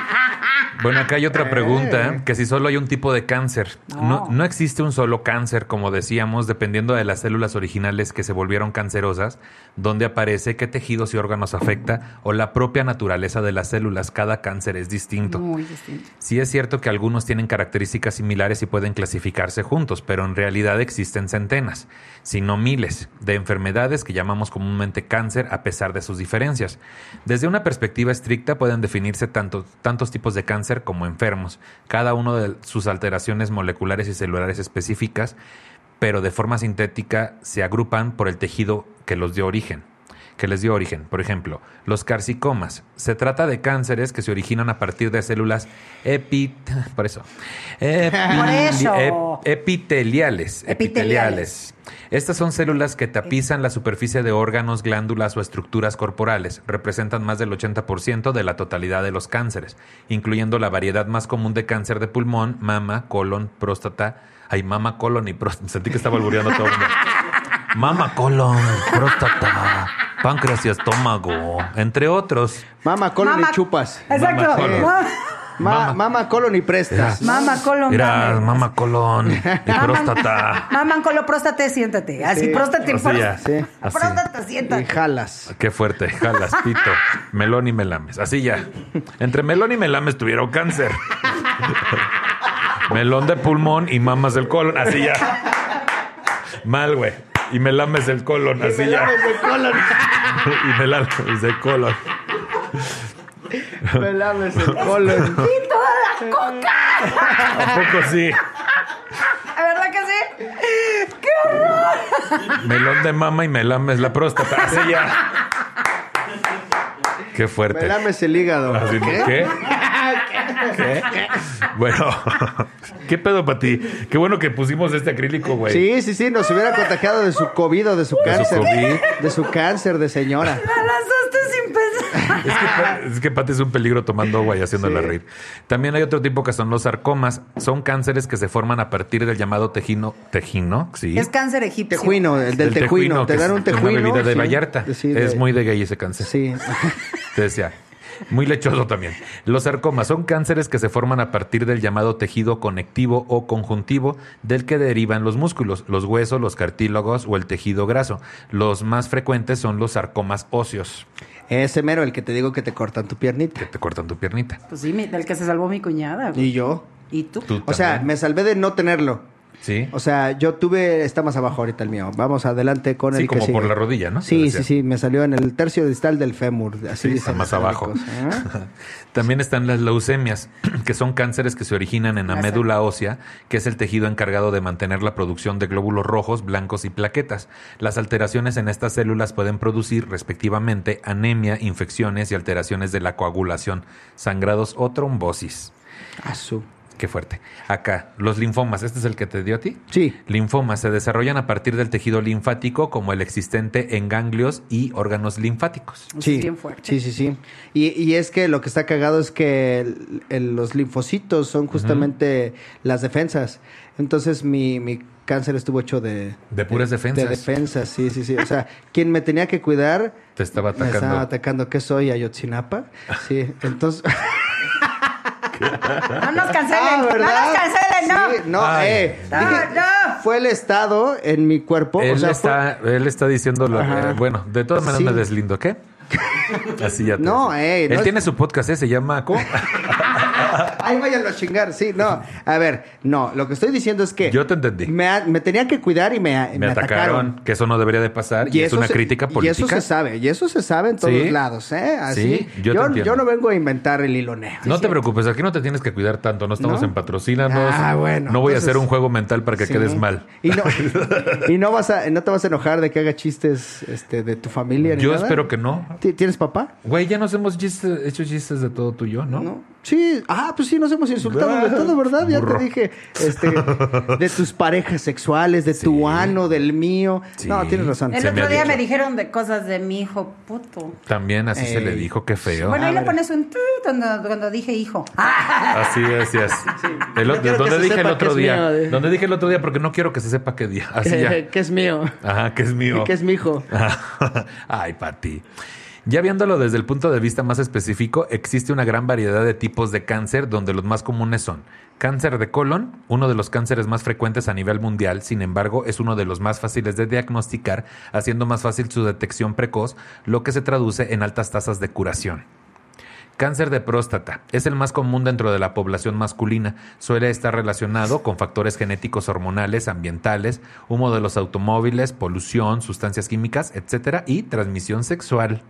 S1: Bueno, acá hay otra pregunta, ¿eh? que si solo hay un tipo de cáncer. No.
S2: No.
S1: no existe un solo cáncer, como decíamos, dependiendo de las células originales que se volvieron cancerosas, donde aparece qué tejidos y órganos afecta o la propia naturaleza de las células. Cada cáncer es distinto.
S2: Muy distinto.
S1: Sí es cierto que algunos tienen características similares y pueden clasificarse juntos, pero en realidad existen centenas, si no miles, de enfermedades que llamamos comúnmente cáncer a pesar de sus diferencias. Desde una perspectiva estricta pueden definirse tanto- tantos tipos de cáncer como enfermos, cada uno de sus alteraciones moleculares y celulares específicas, pero de forma sintética se agrupan por el tejido que los dio origen que les dio origen. Por ejemplo, los carcicomas. Se trata de cánceres que se originan a partir de células epit... Por eso. Epi-
S2: Por eso.
S1: ep- epiteliales. Epiteliales.
S2: Epiteliales.
S1: Estas son células que tapizan la superficie de órganos, glándulas o estructuras corporales. Representan más del 80% de la totalidad de los cánceres, incluyendo la variedad más común de cáncer de pulmón, mama, colon, próstata. Ay, mama, colon y próstata. Sentí que estaba albureando todo el mundo. Mama, colon, próstata, páncreas y estómago, entre otros.
S3: Mama, colon
S2: Mama-
S3: y chupas.
S1: Mama
S2: Exacto.
S1: colon.
S2: Ma-
S3: Ma-
S1: Mama.
S3: mama, colon y prestas.
S2: Mama colon.
S1: Mira,
S2: mames.
S1: mama, colon y
S2: Maman-
S1: próstata.
S2: Maman con lo próstate, siéntate. Así,
S3: Sí.
S2: próstate,
S1: Así ya,
S2: próstate.
S3: sí,
S1: así.
S2: Próstate,
S3: Y
S2: siéntate.
S3: jalas.
S1: Qué fuerte, jalas, pito, melón y melames. Así ya. Entre melón y melames tuvieron cáncer. melón de pulmón y mamas del colon, así ya. Mal, güey. Y melames del colon, así ya.
S3: Melames de colon.
S1: y melames del colon.
S3: Melames de colon.
S2: Y toda la coca.
S1: ¿A poco sí?
S2: ¿Verdad que sí?
S1: Melón de mama y melames la próstata. Así ya. Qué fuerte. Ah,
S3: Melames el hígado.
S1: Así, ¿Qué? Bueno, ¿qué pedo para ti? Qué bueno que pusimos este acrílico, güey.
S3: Sí, sí, sí, nos hubiera contagiado de su COVID o de su
S1: su
S3: cáncer.
S1: COVID.
S3: de su cáncer de señora.
S2: La lanzaste sin pensar.
S1: Es que, Pa- es que Pati es un peligro tomando agua y haciéndola
S3: Sí.
S1: reír. También hay otro tipo que son los sarcomas. Son cánceres que se forman a partir del llamado tejino. ¿Tejino? Sí.
S2: Es cáncer egipcio.
S3: Tejuino, el del
S1: Del
S3: tejuino. Te
S1: que
S3: dan
S1: es
S3: un
S1: Una
S3: tejuino.
S1: bebida de
S3: sí.
S1: Vallarta.
S3: Sí,
S1: es
S3: de-
S1: muy de gay ese cáncer.
S3: Sí.
S1: Te decía. Muy lechoso también. Los sarcomas son cánceres que se forman a partir del llamado tejido conectivo o conjuntivo del que derivan los músculos, los huesos, los cartílagos o el tejido graso. Los más frecuentes son los sarcomas óseos,
S3: Ese mero, el que te digo que te cortan tu
S1: que
S3: piernita.
S1: te cortan tu piernita.
S2: Pues sí, mi- del que se salvó mi cuñada. güey.
S3: Y yo.
S2: ¿Y tú?
S1: Tú
S3: O sea,
S1: también.
S3: me salvé de no tenerlo.
S1: Sí.
S3: O sea, yo tuve. Está más abajo ahorita el mío. Vamos adelante con el
S1: Sí,
S3: que
S1: como
S3: sigue.
S1: por la rodilla, ¿no?
S3: Sí,
S1: Decía.
S3: sí, sí. Me salió en el tercio distal del fémur. Así
S1: Sí, está
S3: dicen
S1: más
S3: los
S1: abajo.
S3: médicos, ¿eh?
S1: También están las leucemias, que son cánceres que se originan en la
S2: Las-
S1: médula ósea, que es el tejido encargado de mantener la producción de glóbulos rojos, blancos y plaquetas. Las alteraciones en estas células pueden producir, respectivamente, anemia, infecciones y alteraciones de la coagulación, sangrados o trombosis.
S3: Ah, su-
S1: Qué fuerte. Acá, los linfomas. ¿Este es el que te dio a ti?
S3: Sí.
S1: Linfomas se desarrollan a partir del tejido linfático como el existente en ganglios y órganos linfáticos.
S2: Eso es
S3: Sí,
S2: bien fuerte.
S3: sí, sí, sí. Y, y es que lo que está cagado es que el- el- los linfocitos son justamente las defensas. Entonces mi, mi cáncer estuvo hecho de...
S1: De puras defensas.
S3: De defensas, sí, sí, sí. O sea, quien me tenía que cuidar...
S1: Te estaba
S3: Me estaba
S1: atacando.
S3: atacando. ¿Qué soy? ¿Ayotzinapa? Sí, entonces...
S2: No nos cancelen, no nos cancelen, no.
S3: Ah, Sí, no,
S1: Ay.
S3: eh.
S2: No,
S3: dije,
S2: no.
S3: Fue el estado en mi cuerpo.
S1: Él,
S3: o sea, fue-
S1: está, él está diciendo lo
S3: Ajá.
S1: que- Bueno, de todas maneras
S3: Sí.
S1: me deslindo, ¿qué? Así ya te-
S3: No, ey,
S1: Él
S3: no es-
S1: tiene su podcast, ¿eh? Se llama... ¿cómo?
S3: Ahí váyanlo a chingar, sí, no. A ver, no, lo que estoy diciendo es que.
S1: Yo te entendí.
S3: Me, a- me tenían que cuidar y me, a-
S1: Me,
S3: me
S1: atacaron,
S3: atacaron.
S1: que eso no debería de pasar. Y, es
S3: eso
S1: una
S3: se-
S1: crítica
S3: Y eso
S1: política.
S3: se sabe, y eso se sabe en todos
S1: Sí.
S3: lados, ¿eh? Así.
S1: Sí, yo te entiendo.
S3: no vengo a inventar el hilo negro.
S1: no te preocupes, aquí no te tienes que cuidar tanto. No estamos
S3: ¿No?
S1: en patrocinados.
S3: Ah, bueno,
S1: No voy
S3: entonces-
S1: a hacer un juego mental para que
S3: Sí.
S1: quedes mal.
S3: Y no, y no vas a, no te vas a enojar de que haga chistes este, de tu familia. ni
S1: Yo
S3: nada.
S1: espero que no.
S3: ¿Ti- ¿Tienes papá?
S1: Güey, ya nos hemos chistes- hecho chistes de todo tú y yo, ¿no?
S3: Sí, ah, pues sí, nos hemos insultado de todo, ¿verdad? Ya
S1: Burro.
S3: te dije, este, de tus parejas sexuales, de tu ano, del mío.
S1: Sí.
S3: No, tienes razón.
S1: Se
S2: El
S1: me
S2: otro
S1: ha
S2: día
S1: dicho.
S2: me dijeron de cosas de mi hijo puto.
S1: También así se le
S3: Ey.
S1: dijo, qué feo.
S2: Bueno, ahí
S3: A
S2: le
S3: ver.
S2: pones un tu cuando, cuando dije hijo.
S1: Así es, así es. El
S3: quiero
S1: otro,
S3: que
S1: ¿Dónde
S3: se
S1: dije el
S3: sepa que
S1: otro
S3: es
S1: día?
S3: mío, eh.
S1: ¿Dónde dije el otro día? Porque no quiero que se sepa qué día. Así ya.
S3: que es mío,
S1: Ajá, que es mío.
S3: que es mi hijo.
S1: Ay, Pati. Ya viéndolo desde el punto de vista más específico, existe una gran variedad de tipos de cáncer donde los más comunes son cáncer de colon, uno de los cánceres más frecuentes a nivel mundial, sin embargo es uno de los más fáciles de diagnosticar, haciendo más fácil su detección precoz, lo que se traduce en altas tasas de curación. Cáncer de próstata es el más común dentro de la población masculina. Suele estar relacionado con factores genéticos hormonales, ambientales, humo de los automóviles, polución, sustancias químicas, etcétera, y transmisión sexual.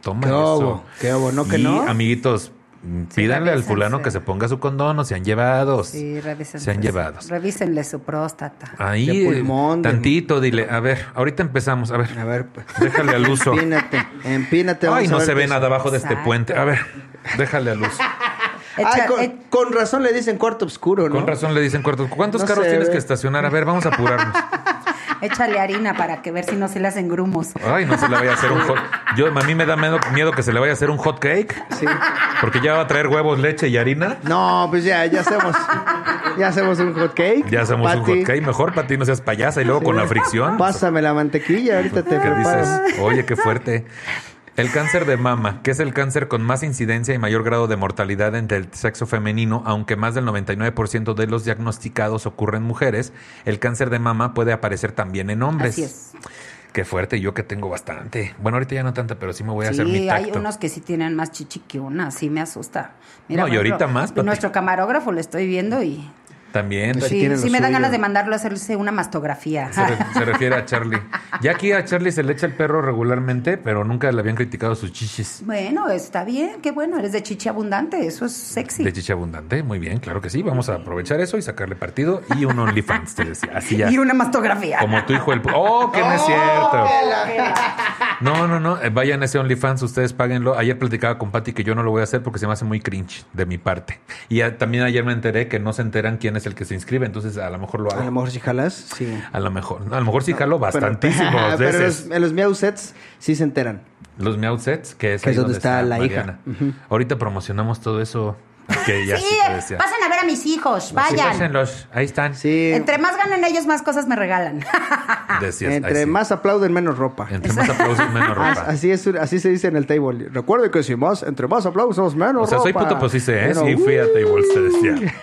S1: Toma
S3: Qué
S1: eso.
S3: obo, qué obo, ¿no que
S1: Y,
S3: no?
S1: amiguitos, mm, pídanle al
S2: revísense.
S1: fulano que se ponga su condón o sean llevados.
S2: Sí, revísenle.
S1: Sean llevados.
S2: Revísenle su próstata.
S1: Ahí,
S3: De pulmón, de-
S1: tantito, dile. A ver, ahorita empezamos. A ver,
S3: A ver, pues,
S1: déjale al uso.
S3: empínate, empínate.
S1: Ay,
S3: vamos a
S1: no
S3: ver
S1: se
S3: qué
S1: ve
S3: es.
S1: nada abajo de este
S2: Exacto.
S1: puente. A ver, déjale al uso.
S3: Ay,
S2: Echa-
S3: con,
S2: e-
S3: con razón le dicen cuarto oscuro, ¿no?
S1: Con razón le dicen cuarto. ¿Cuántos
S3: No
S1: carros
S3: se
S1: tienes
S3: ve.
S1: que estacionar? A ver, vamos a apurarnos.
S2: échale harina para que ver si no se le hacen grumos.
S1: Ay, no se le vaya a hacer un hot. Yo, a mí me da miedo, miedo que se le vaya a hacer un hot cake.
S3: Sí.
S1: Porque ya va a traer huevos, leche y harina.
S3: No, pues ya, ya hacemos, ya hacemos un hot cake.
S1: Ya hacemos un
S3: Pati,
S1: hot cake. Mejor para ti no seas payasa y luego con la fricción.
S3: Pásame la mantequilla, ahorita te
S1: que dices,
S3: preparo.
S1: oye, qué fuerte. El cáncer de mama, que es el cáncer con más incidencia y mayor grado de mortalidad entre el sexo femenino, aunque más del 99% de los diagnosticados ocurren en mujeres, el cáncer de mama puede aparecer también en hombres.
S2: Así es.
S1: Qué fuerte, yo que tengo bastante. Bueno, ahorita ya no tanta, pero sí me voy a hacer mi
S2: Sí, hay
S1: tacto.
S2: unos que sí tienen más chichi que una, sí me asusta.
S1: No,
S2: por
S1: y ahorita
S2: ejemplo,
S1: más, Pati.
S2: Nuestro camarógrafo lo estoy viendo y
S1: También.
S3: Sí,
S2: Sí,
S3: tiene
S2: sí
S3: lo
S2: me dan
S3: suyo.
S2: ganas de mandarlo a hacerse una mastografía.
S1: Se, re- se refiere a Charlie. Ya aquí a Charlie se le echa el perro regularmente, pero nunca le habían criticado sus chichis
S2: Bueno, está bien, qué bueno, eres de chichi abundante, eso es sexy.
S1: de chicha abundante. Muy bien, claro que sí. Vamos a aprovechar eso y sacarle partido. Y un OnlyFans, te decía. Así ya.
S2: Y una mastografía.
S1: Como tu hijo el... pu- ¡Oh, que no es cierto! No, no, no. eh, Vayan a ese OnlyFans, ustedes páguenlo. Ayer platicaba con Patty que yo no lo voy a hacer porque se me hace muy cringe de mi parte. Y ah, también ayer me enteré que no se enteran quién es el que se inscribe, entonces a lo mejor lo hago.
S3: A lo mejor si jalas, sí.
S1: A lo mejor, no, a lo mejor sí jalo bastantísimos
S3: Pero, pero en los,
S1: veces.
S3: en los miau sets sí se enteran.
S1: Los Meow Sets, que es,
S3: Que es
S1: ahí
S3: donde está la
S1: Mariana. Ahorita promocionamos todo eso que ya sí,
S2: sí,
S1: te decía.
S2: pasen a ver a mis hijos,
S1: Sí,
S2: vayan.
S1: pásenlos, ahí están.
S3: Sí.
S2: Entre más ganan ellos, más cosas me regalan.
S1: Decías, ahí
S3: Entre
S1: sí.
S3: más aplauden, menos ropa.
S1: entre más aplausos, menos
S3: Ah,
S1: ropa.
S3: Así, es, así se dice en el table. Recuerde que si más, entre más aplausos, menos
S1: O sea, soy
S3: ropa.
S1: puto, pues sí sé, ¿eh?
S3: Pero,
S1: Sí,
S3: uh,
S1: fui a table, se decía.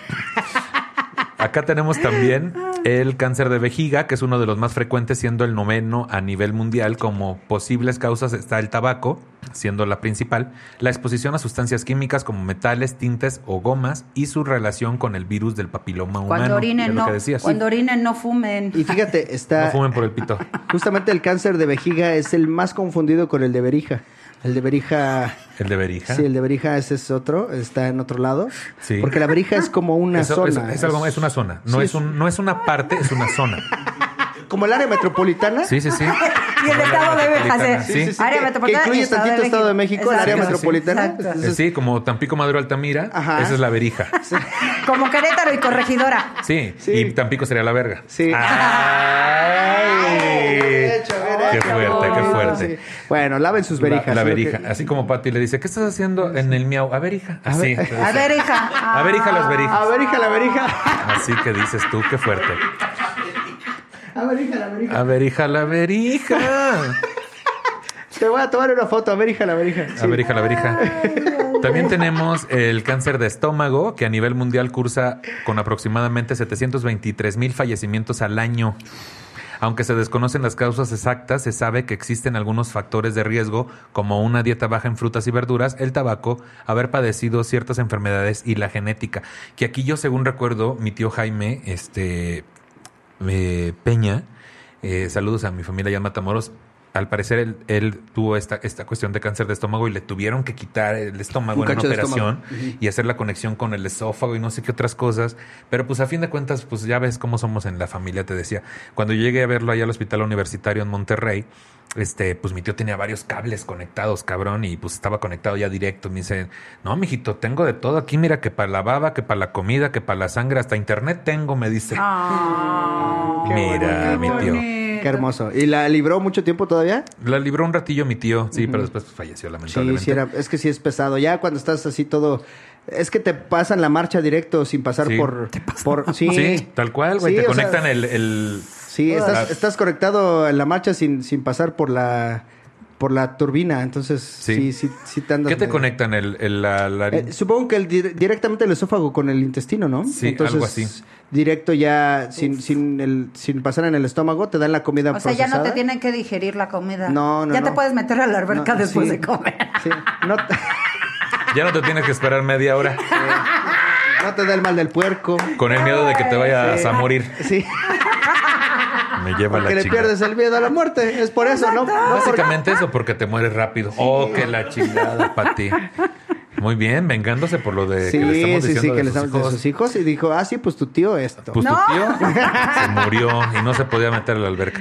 S1: Acá tenemos también el cáncer de vejiga, que es uno de los más frecuentes, siendo el noveno a nivel mundial. Como posibles causas está el tabaco, siendo la principal, la exposición a sustancias químicas como metales, tintes o gomas y su relación con el virus del papiloma humano.
S2: Cuando
S1: ya
S2: orinen,
S1: lo
S2: no.
S1: que decías.
S2: Cuando orinen, no fumen.
S3: Y fíjate,
S1: No
S3: está...
S1: fumen por el pito.
S3: Justamente el cáncer de vejiga es el más confundido con el de verija. El de verija...
S1: El de verija.
S3: Sí, el de verija ese es otro, está en otro lado.
S1: Sí.
S3: Porque la verija es como una
S1: Eso-
S3: zona.
S1: eso- es, algo- es una zona. No,
S3: Sí,
S1: es un, no es una parte, es una zona.
S3: Como el área metropolitana.
S1: Sí, sí, sí.
S2: Y el estado de eh. México,
S1: Sí, sí,
S2: sí. área
S3: que- que,
S2: metropolitana y
S3: incluye
S2: Estado de
S3: tantito Estado de México, el área
S2: Exacto.
S3: metropolitana.
S2: Exacto.
S1: Eh,
S3: Entonces,
S1: Sí, como Tampico Madero Altamira,
S3: Ajá.
S1: esa es la verija.
S2: Como Querétaro y Corregidora.
S1: Sí,
S3: Sí.
S1: y Tampico sería la verga. Ah.
S3: Sí.
S1: Ay.
S3: Bien hecho, bien
S1: Qué
S3: hecho.
S1: fuerte, qué fuerte.
S3: Sí. Bueno, laven sus verijas.
S1: La, la
S3: es lo que-
S1: verija. Así como Pati le dice, ¿qué estás haciendo en el miau? A verija. Así.
S2: A ver, hija.
S1: A verija las verijas.
S3: A verija, la verija.
S1: Así que dices tú, qué fuerte.
S3: A verija, la verija.
S1: A verija la verija.
S3: Te voy a tomar una foto, a verija, la verija.
S1: A verija la verija. También tenemos el cáncer de estómago, que a nivel mundial cursa con aproximadamente 723 mil fallecimientos al año. Aunque se desconocen las causas exactas, se sabe que existen algunos factores de riesgo, como una dieta baja en frutas y verduras, el tabaco, haber padecido ciertas enfermedades y la genética. Que aquí yo, según recuerdo, mi tío Jaime, este eh, Peña, eh, saludos a mi familia allá en Matamoros. Al parecer él, él tuvo esta, esta cuestión de cáncer de estómago y le tuvieron que quitar el estómago
S3: Un
S1: en una
S3: cacho de
S1: operación
S3: estómago. Ujú.
S1: y hacer la conexión con el esófago y no sé qué otras cosas. Pero pues a fin de cuentas, pues ya ves cómo somos en la familia, te decía. Cuando yo llegué a verlo allá al hospital universitario en Monterrey, este, pues mi tío tenía varios cables conectados, cabrón, y pues estaba conectado ya directo. Me dice, no, mijito, tengo de todo aquí, mira, que para la baba, que para la comida, que para la sangre, hasta internet tengo, me dice.
S2: Ah, qué
S1: Mira, mi tío.
S3: Qué hermoso. ¿Y la libró mucho tiempo todavía?
S1: La libró un ratillo mi tío, sí, pero después pues, falleció
S3: Sí,
S1: lamentablemente.
S3: sí era- es que sí es pesado. Ya cuando estás así todo... Es que te pasan la marcha directo sin pasar
S1: Sí.
S3: por... por sí.
S1: Sí, tal cual, güey.
S3: Sí,
S1: te
S3: o sea,
S1: conectan el, el- Ah,
S3: Sí,
S1: la-
S3: estás, estás conectado en la marcha sin, sin pasar por la por la turbina, entonces sí,
S1: Sí.
S3: sí, sí te andas
S1: ¿Qué te
S3: medio-
S1: conectan? El, el- la, la-
S3: Eh, supongo que el dir- directamente el esófago con el intestino, ¿no?
S1: Sí, algo así.
S3: Directo ya sin, sin, el, sin pasar en el estómago, te dan la comida
S2: O sea, ya no
S3: procesada.
S2: te tienen que digerir la comida.
S3: No, no,
S2: Ya te
S3: no.
S2: puedes meter a la alberca
S3: No,
S2: después
S3: sí.
S2: de comer.
S3: Sí, no, te-
S1: Ya no te tienes que esperar media hora
S3: no te da el mal del puerco.
S1: con el miedo de que te vayas a morir.
S3: Sí,
S1: Me lleva
S3: porque
S1: la
S3: le
S1: chingada.
S3: pierdes el miedo a la muerte. Es por eso, ¿no? No por-
S1: Básicamente eso, porque te mueres rápido. Oh, que la chingada para ti. Muy bien, vengándose por lo de
S3: Sí,
S1: que le
S3: sí,
S1: estamos
S3: sí,
S1: diciendo de
S3: que le
S1: sus
S3: estamos de
S1: hijos.
S3: sus hijos. Y dijo, ah, sí, pues tu tío esto.
S1: Pues
S2: No.
S1: tu tío se murió y no se podía meter a la alberca.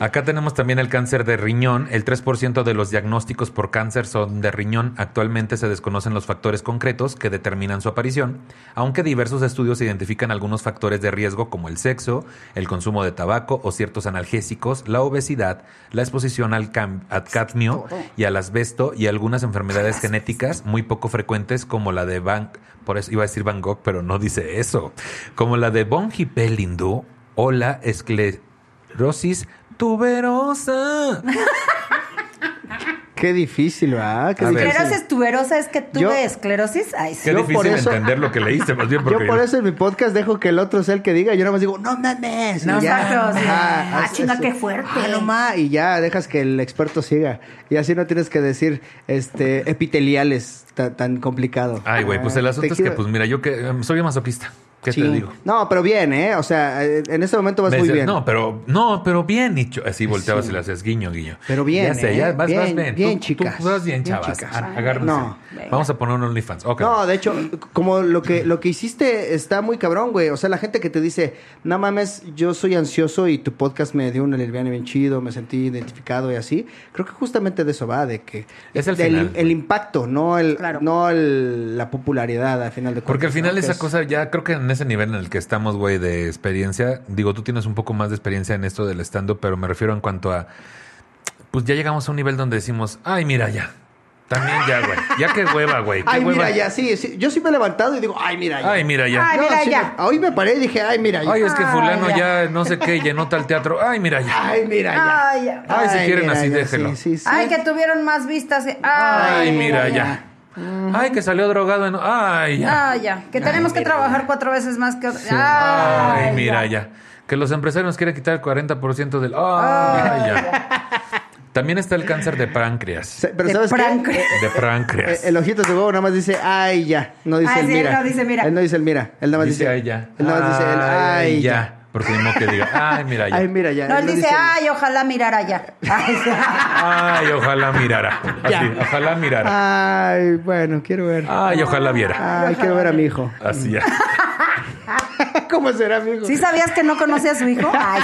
S1: Acá tenemos también el cáncer de riñón. El 3% de los diagnósticos por cáncer son de riñón. Actualmente se desconocen los factores concretos que determinan su aparición, aunque diversos estudios identifican algunos factores de riesgo como el sexo, el consumo de tabaco o ciertos analgésicos, la obesidad, la exposición al cam- a cadmio y al asbesto y algunas enfermedades genéticas muy poco frecuentes como la de Van, por eso iba a decir Van Gogh, pero no dice eso, como la de von Hippel-Lindau o la esclerosis tuberosa.
S3: Qué difícil, ¿verdad? Qué
S1: A ver.
S3: difícil.
S2: Esclerosis tuberosa es que tuve
S3: Pues Yo-
S2: esclerosis. Ay, sí.
S1: Qué
S3: Yo por
S1: difícil
S3: eso-
S1: entender lo que leíste, más bien porque
S3: Yo por eso en mi podcast dejo que el otro sea el que diga. Yo nada más digo, no mames. y
S2: No,
S3: ya.
S2: exacto, sí.
S3: Ajá,
S2: Ah,
S3: así-
S2: chinga,
S3: así.
S2: qué fuerte.
S3: Ah, no ma. Y ya dejas que el experto siga. Y así no tienes que decir este epiteliales ta- tan, complicado.
S1: Ay, güey, pues el
S3: Ah,
S1: asunto es que,
S3: tejido-
S1: pues mira, yo que em, soy masoquista. ¿Qué
S3: Sí.
S1: te digo?
S3: No, pero bien, ¿eh? O sea, eh, en este momento vas
S1: Me
S3: muy
S1: dices,
S3: bien.
S1: No, pero, no, pero bien, dicho. Así volteabas
S3: Sí.
S1: y le hacías guiño, guiño.
S3: Pero bien,
S1: Ya sé,
S3: ¿eh?
S1: ya vas
S3: Bien,
S1: bien. Vas bien.
S3: bien,
S1: Tú-
S3: chicas.
S1: Tú vas bien,
S3: Bien,
S1: chavas.
S3: chicas.
S1: Ah, agárrense.
S3: No.
S1: Vamos a poner un OnlyFans. Ok.
S3: No, de hecho, como lo que, lo que hiciste está muy cabrón, güey. O sea, la gente que te dice, no mames, yo soy ansioso y tu podcast me dio una lesbiana bien chido, me sentí identificado y así. Creo que justamente de eso va, de que...
S1: Es el
S3: del-
S1: final.
S3: el impacto, no, el,
S2: Claro.
S3: no el- la popularidad al final de cuentas.
S1: Porque al final
S3: ¿no?
S1: esa
S3: Que es-
S1: cosa, ya creo que en ese nivel en el que estamos, güey, de experiencia, digo, tú tienes un poco más de experiencia en esto del stand-up, pero me refiero en cuanto a, pues ya llegamos a un nivel donde decimos, ay, mira ya. También ya, güey. Ya qué hueva, güey. qué
S3: Ay,
S1: hueva.
S3: mira, ya, sí, sí. Yo sí me he levantado y digo, ay, mira, ya.
S1: Ay, mira ya.
S2: Ay,
S3: No,
S2: mira,
S3: sí
S2: ya.
S3: me- hoy me paré y dije, ay, mira, ya.
S1: Ay, es que
S2: Ay,
S1: fulano
S2: ya.
S1: ya no sé qué llenó tal teatro. Ay, mira ya.
S3: Ay, mira, ya.
S2: Ay, ya.
S1: Ay, si quieren
S3: mira,
S1: así,
S3: ya,
S1: déjenlo.
S3: sí, sí, sí.
S2: Ay, que tuvieron más vistas. que- Ay,
S1: Ay, mira ya. Ay, que salió drogado en... Ay, ya.
S2: Ay, ya. Que tenemos que trabajar cuatro veces más que otros. Ay,
S1: Ay, mira ya. Que los empresarios quieren quitar el 40% del... Ay, ya. También está el cáncer de páncreas.
S3: Se- Pero
S2: De
S3: ¿sabes qué?
S2: prank.
S1: De páncreas.
S3: Eh, El ojito de huevo nada más dice, ay, ya. No dice
S2: Ah,
S3: el
S2: sí,
S3: mira.
S2: él no dice, mira.
S3: Él no dice el mira. Él nada más dice,
S1: dice, ay, ya.
S3: Él nada más dice, el, ay, ya.
S1: Porque mismo que diga, ay, mira, ya.
S3: Ay, mira, ya.
S2: No, él dice,
S3: el-
S2: ay, ojalá mirara ya. Ay,
S1: Ay, ojalá mirara. Así,
S3: Ya.
S1: ojalá mirara.
S3: Ay, bueno, quiero ver.
S1: Ay, ojalá viera.
S3: Ay, quiero ver a mi hijo.
S1: Así ya.
S3: ¿Cómo será mi hijo?
S2: ¿Sí sabías que no conoce a su hijo? Ay,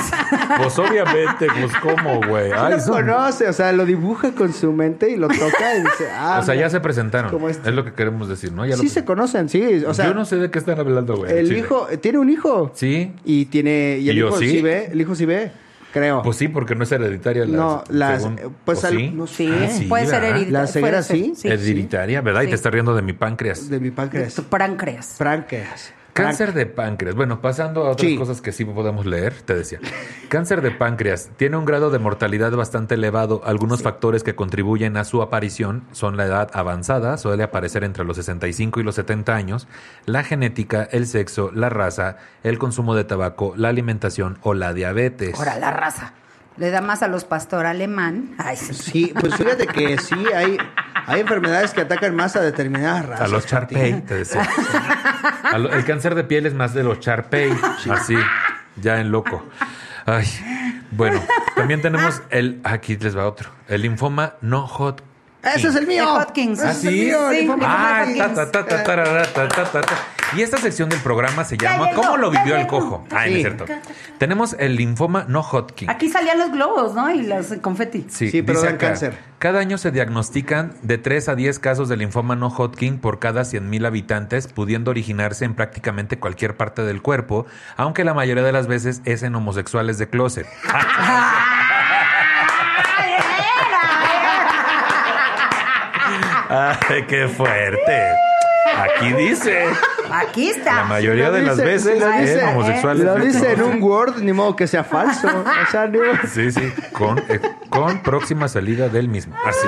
S1: Pues obviamente, pues cómo, güey.
S3: Sí
S1: Ay,
S3: lo
S1: son-
S3: conoce, o sea, lo dibuja con su mente y lo toca y dice, ah.
S1: O sea,
S3: mira.
S1: ya se presentaron.
S3: Como este.
S1: Es lo que queremos decir, ¿no? Ya lo
S3: Sí se conocen, sí. O sea,
S1: Yo no sé de qué están hablando, güey.
S3: el
S1: Chile.
S3: hijo, tiene un hijo.
S1: Sí.
S3: Y tiene, y el
S1: Y yo,
S3: hijo sí.
S1: ¿sí?
S3: ve, el hijo sí ve, creo.
S1: Pues sí, porque no es hereditaria la
S3: No, las-
S1: según-
S3: eh, pues
S1: ¿o
S3: al-
S1: sí?
S3: no
S2: sí,
S3: sé.
S1: Ah, sí,
S2: puede ser
S1: ¿verdad?
S2: hereditaria.
S3: La ceguera,
S2: puede ser,
S3: sí.
S1: Hereditaria, ¿verdad? Y
S2: Sí.
S1: te estás riendo de mi páncreas.
S3: de mi
S2: De
S3: páncreas.
S2: tu páncreas.
S3: Franques.
S1: Cáncer de páncreas. Bueno, pasando a otras
S3: Sí.
S1: cosas que sí podemos leer, te decía. Cáncer de páncreas tiene un grado de mortalidad bastante elevado. Algunos factores que contribuyen a su aparición son la edad avanzada, suele aparecer entre los 65 y los 70 años, la genética, el sexo, la raza, el consumo de tabaco, la alimentación o la diabetes.
S2: Ahora, la raza. Le da más a los pastor alemán. Ay, sí.
S3: Sí, pues fíjate que sí, hay, hay enfermedades que atacan más a determinadas
S1: A
S3: razas.
S1: los Charpey, te decía. A lo- el cáncer de piel es más de los Charpey. Así, ya en loco. Ay, bueno, también tenemos el. Aquí les va otro. El linfoma no hot.
S3: ¡Ese es el
S2: De
S3: mío!
S2: Hodgkins.
S3: ¡Ese
S1: ¿Ah,
S3: es
S1: sí?
S3: el mío!
S2: Sí.
S3: linfoma
S1: Ah,
S2: Hodgkins.
S1: ta, ta, ta, ta, tarara, ta, ta, ta, ta. Y esta sección del programa se llama
S2: llegó,
S1: ¿Cómo lo
S2: ya
S1: vivió el
S2: llegó.
S1: cojo? Ah, no es
S3: Sí.
S1: cierto. Tenemos el linfoma no Hodgkin.
S2: Aquí salían los globos, ¿no? Y los confeti.
S1: Sí,
S3: Sí, pero
S1: dice
S3: dan
S1: acá,
S3: cáncer.
S1: Cada año se diagnostican de 3 a 10 casos de linfoma no Hodgkin por cada 100.000 habitantes, pudiendo originarse en prácticamente cualquier parte del cuerpo, aunque la mayoría de las veces es en homosexuales de closet.
S2: ¡Ay, era!
S1: ¡Ay, qué fuerte! Aquí dice,
S2: Aquí
S1: la
S2: está.
S1: mayoría
S3: Lo
S1: de las
S3: dice-
S1: veces
S3: lo
S1: es
S3: dice- ¿eh?
S1: en homosexuales
S3: Lo
S1: de
S3: dice en
S1: closet.
S3: un Word, ni modo que sea falso. O sea, ni-
S1: Sí, sí, con, eh, con próxima salida del mismo. Así.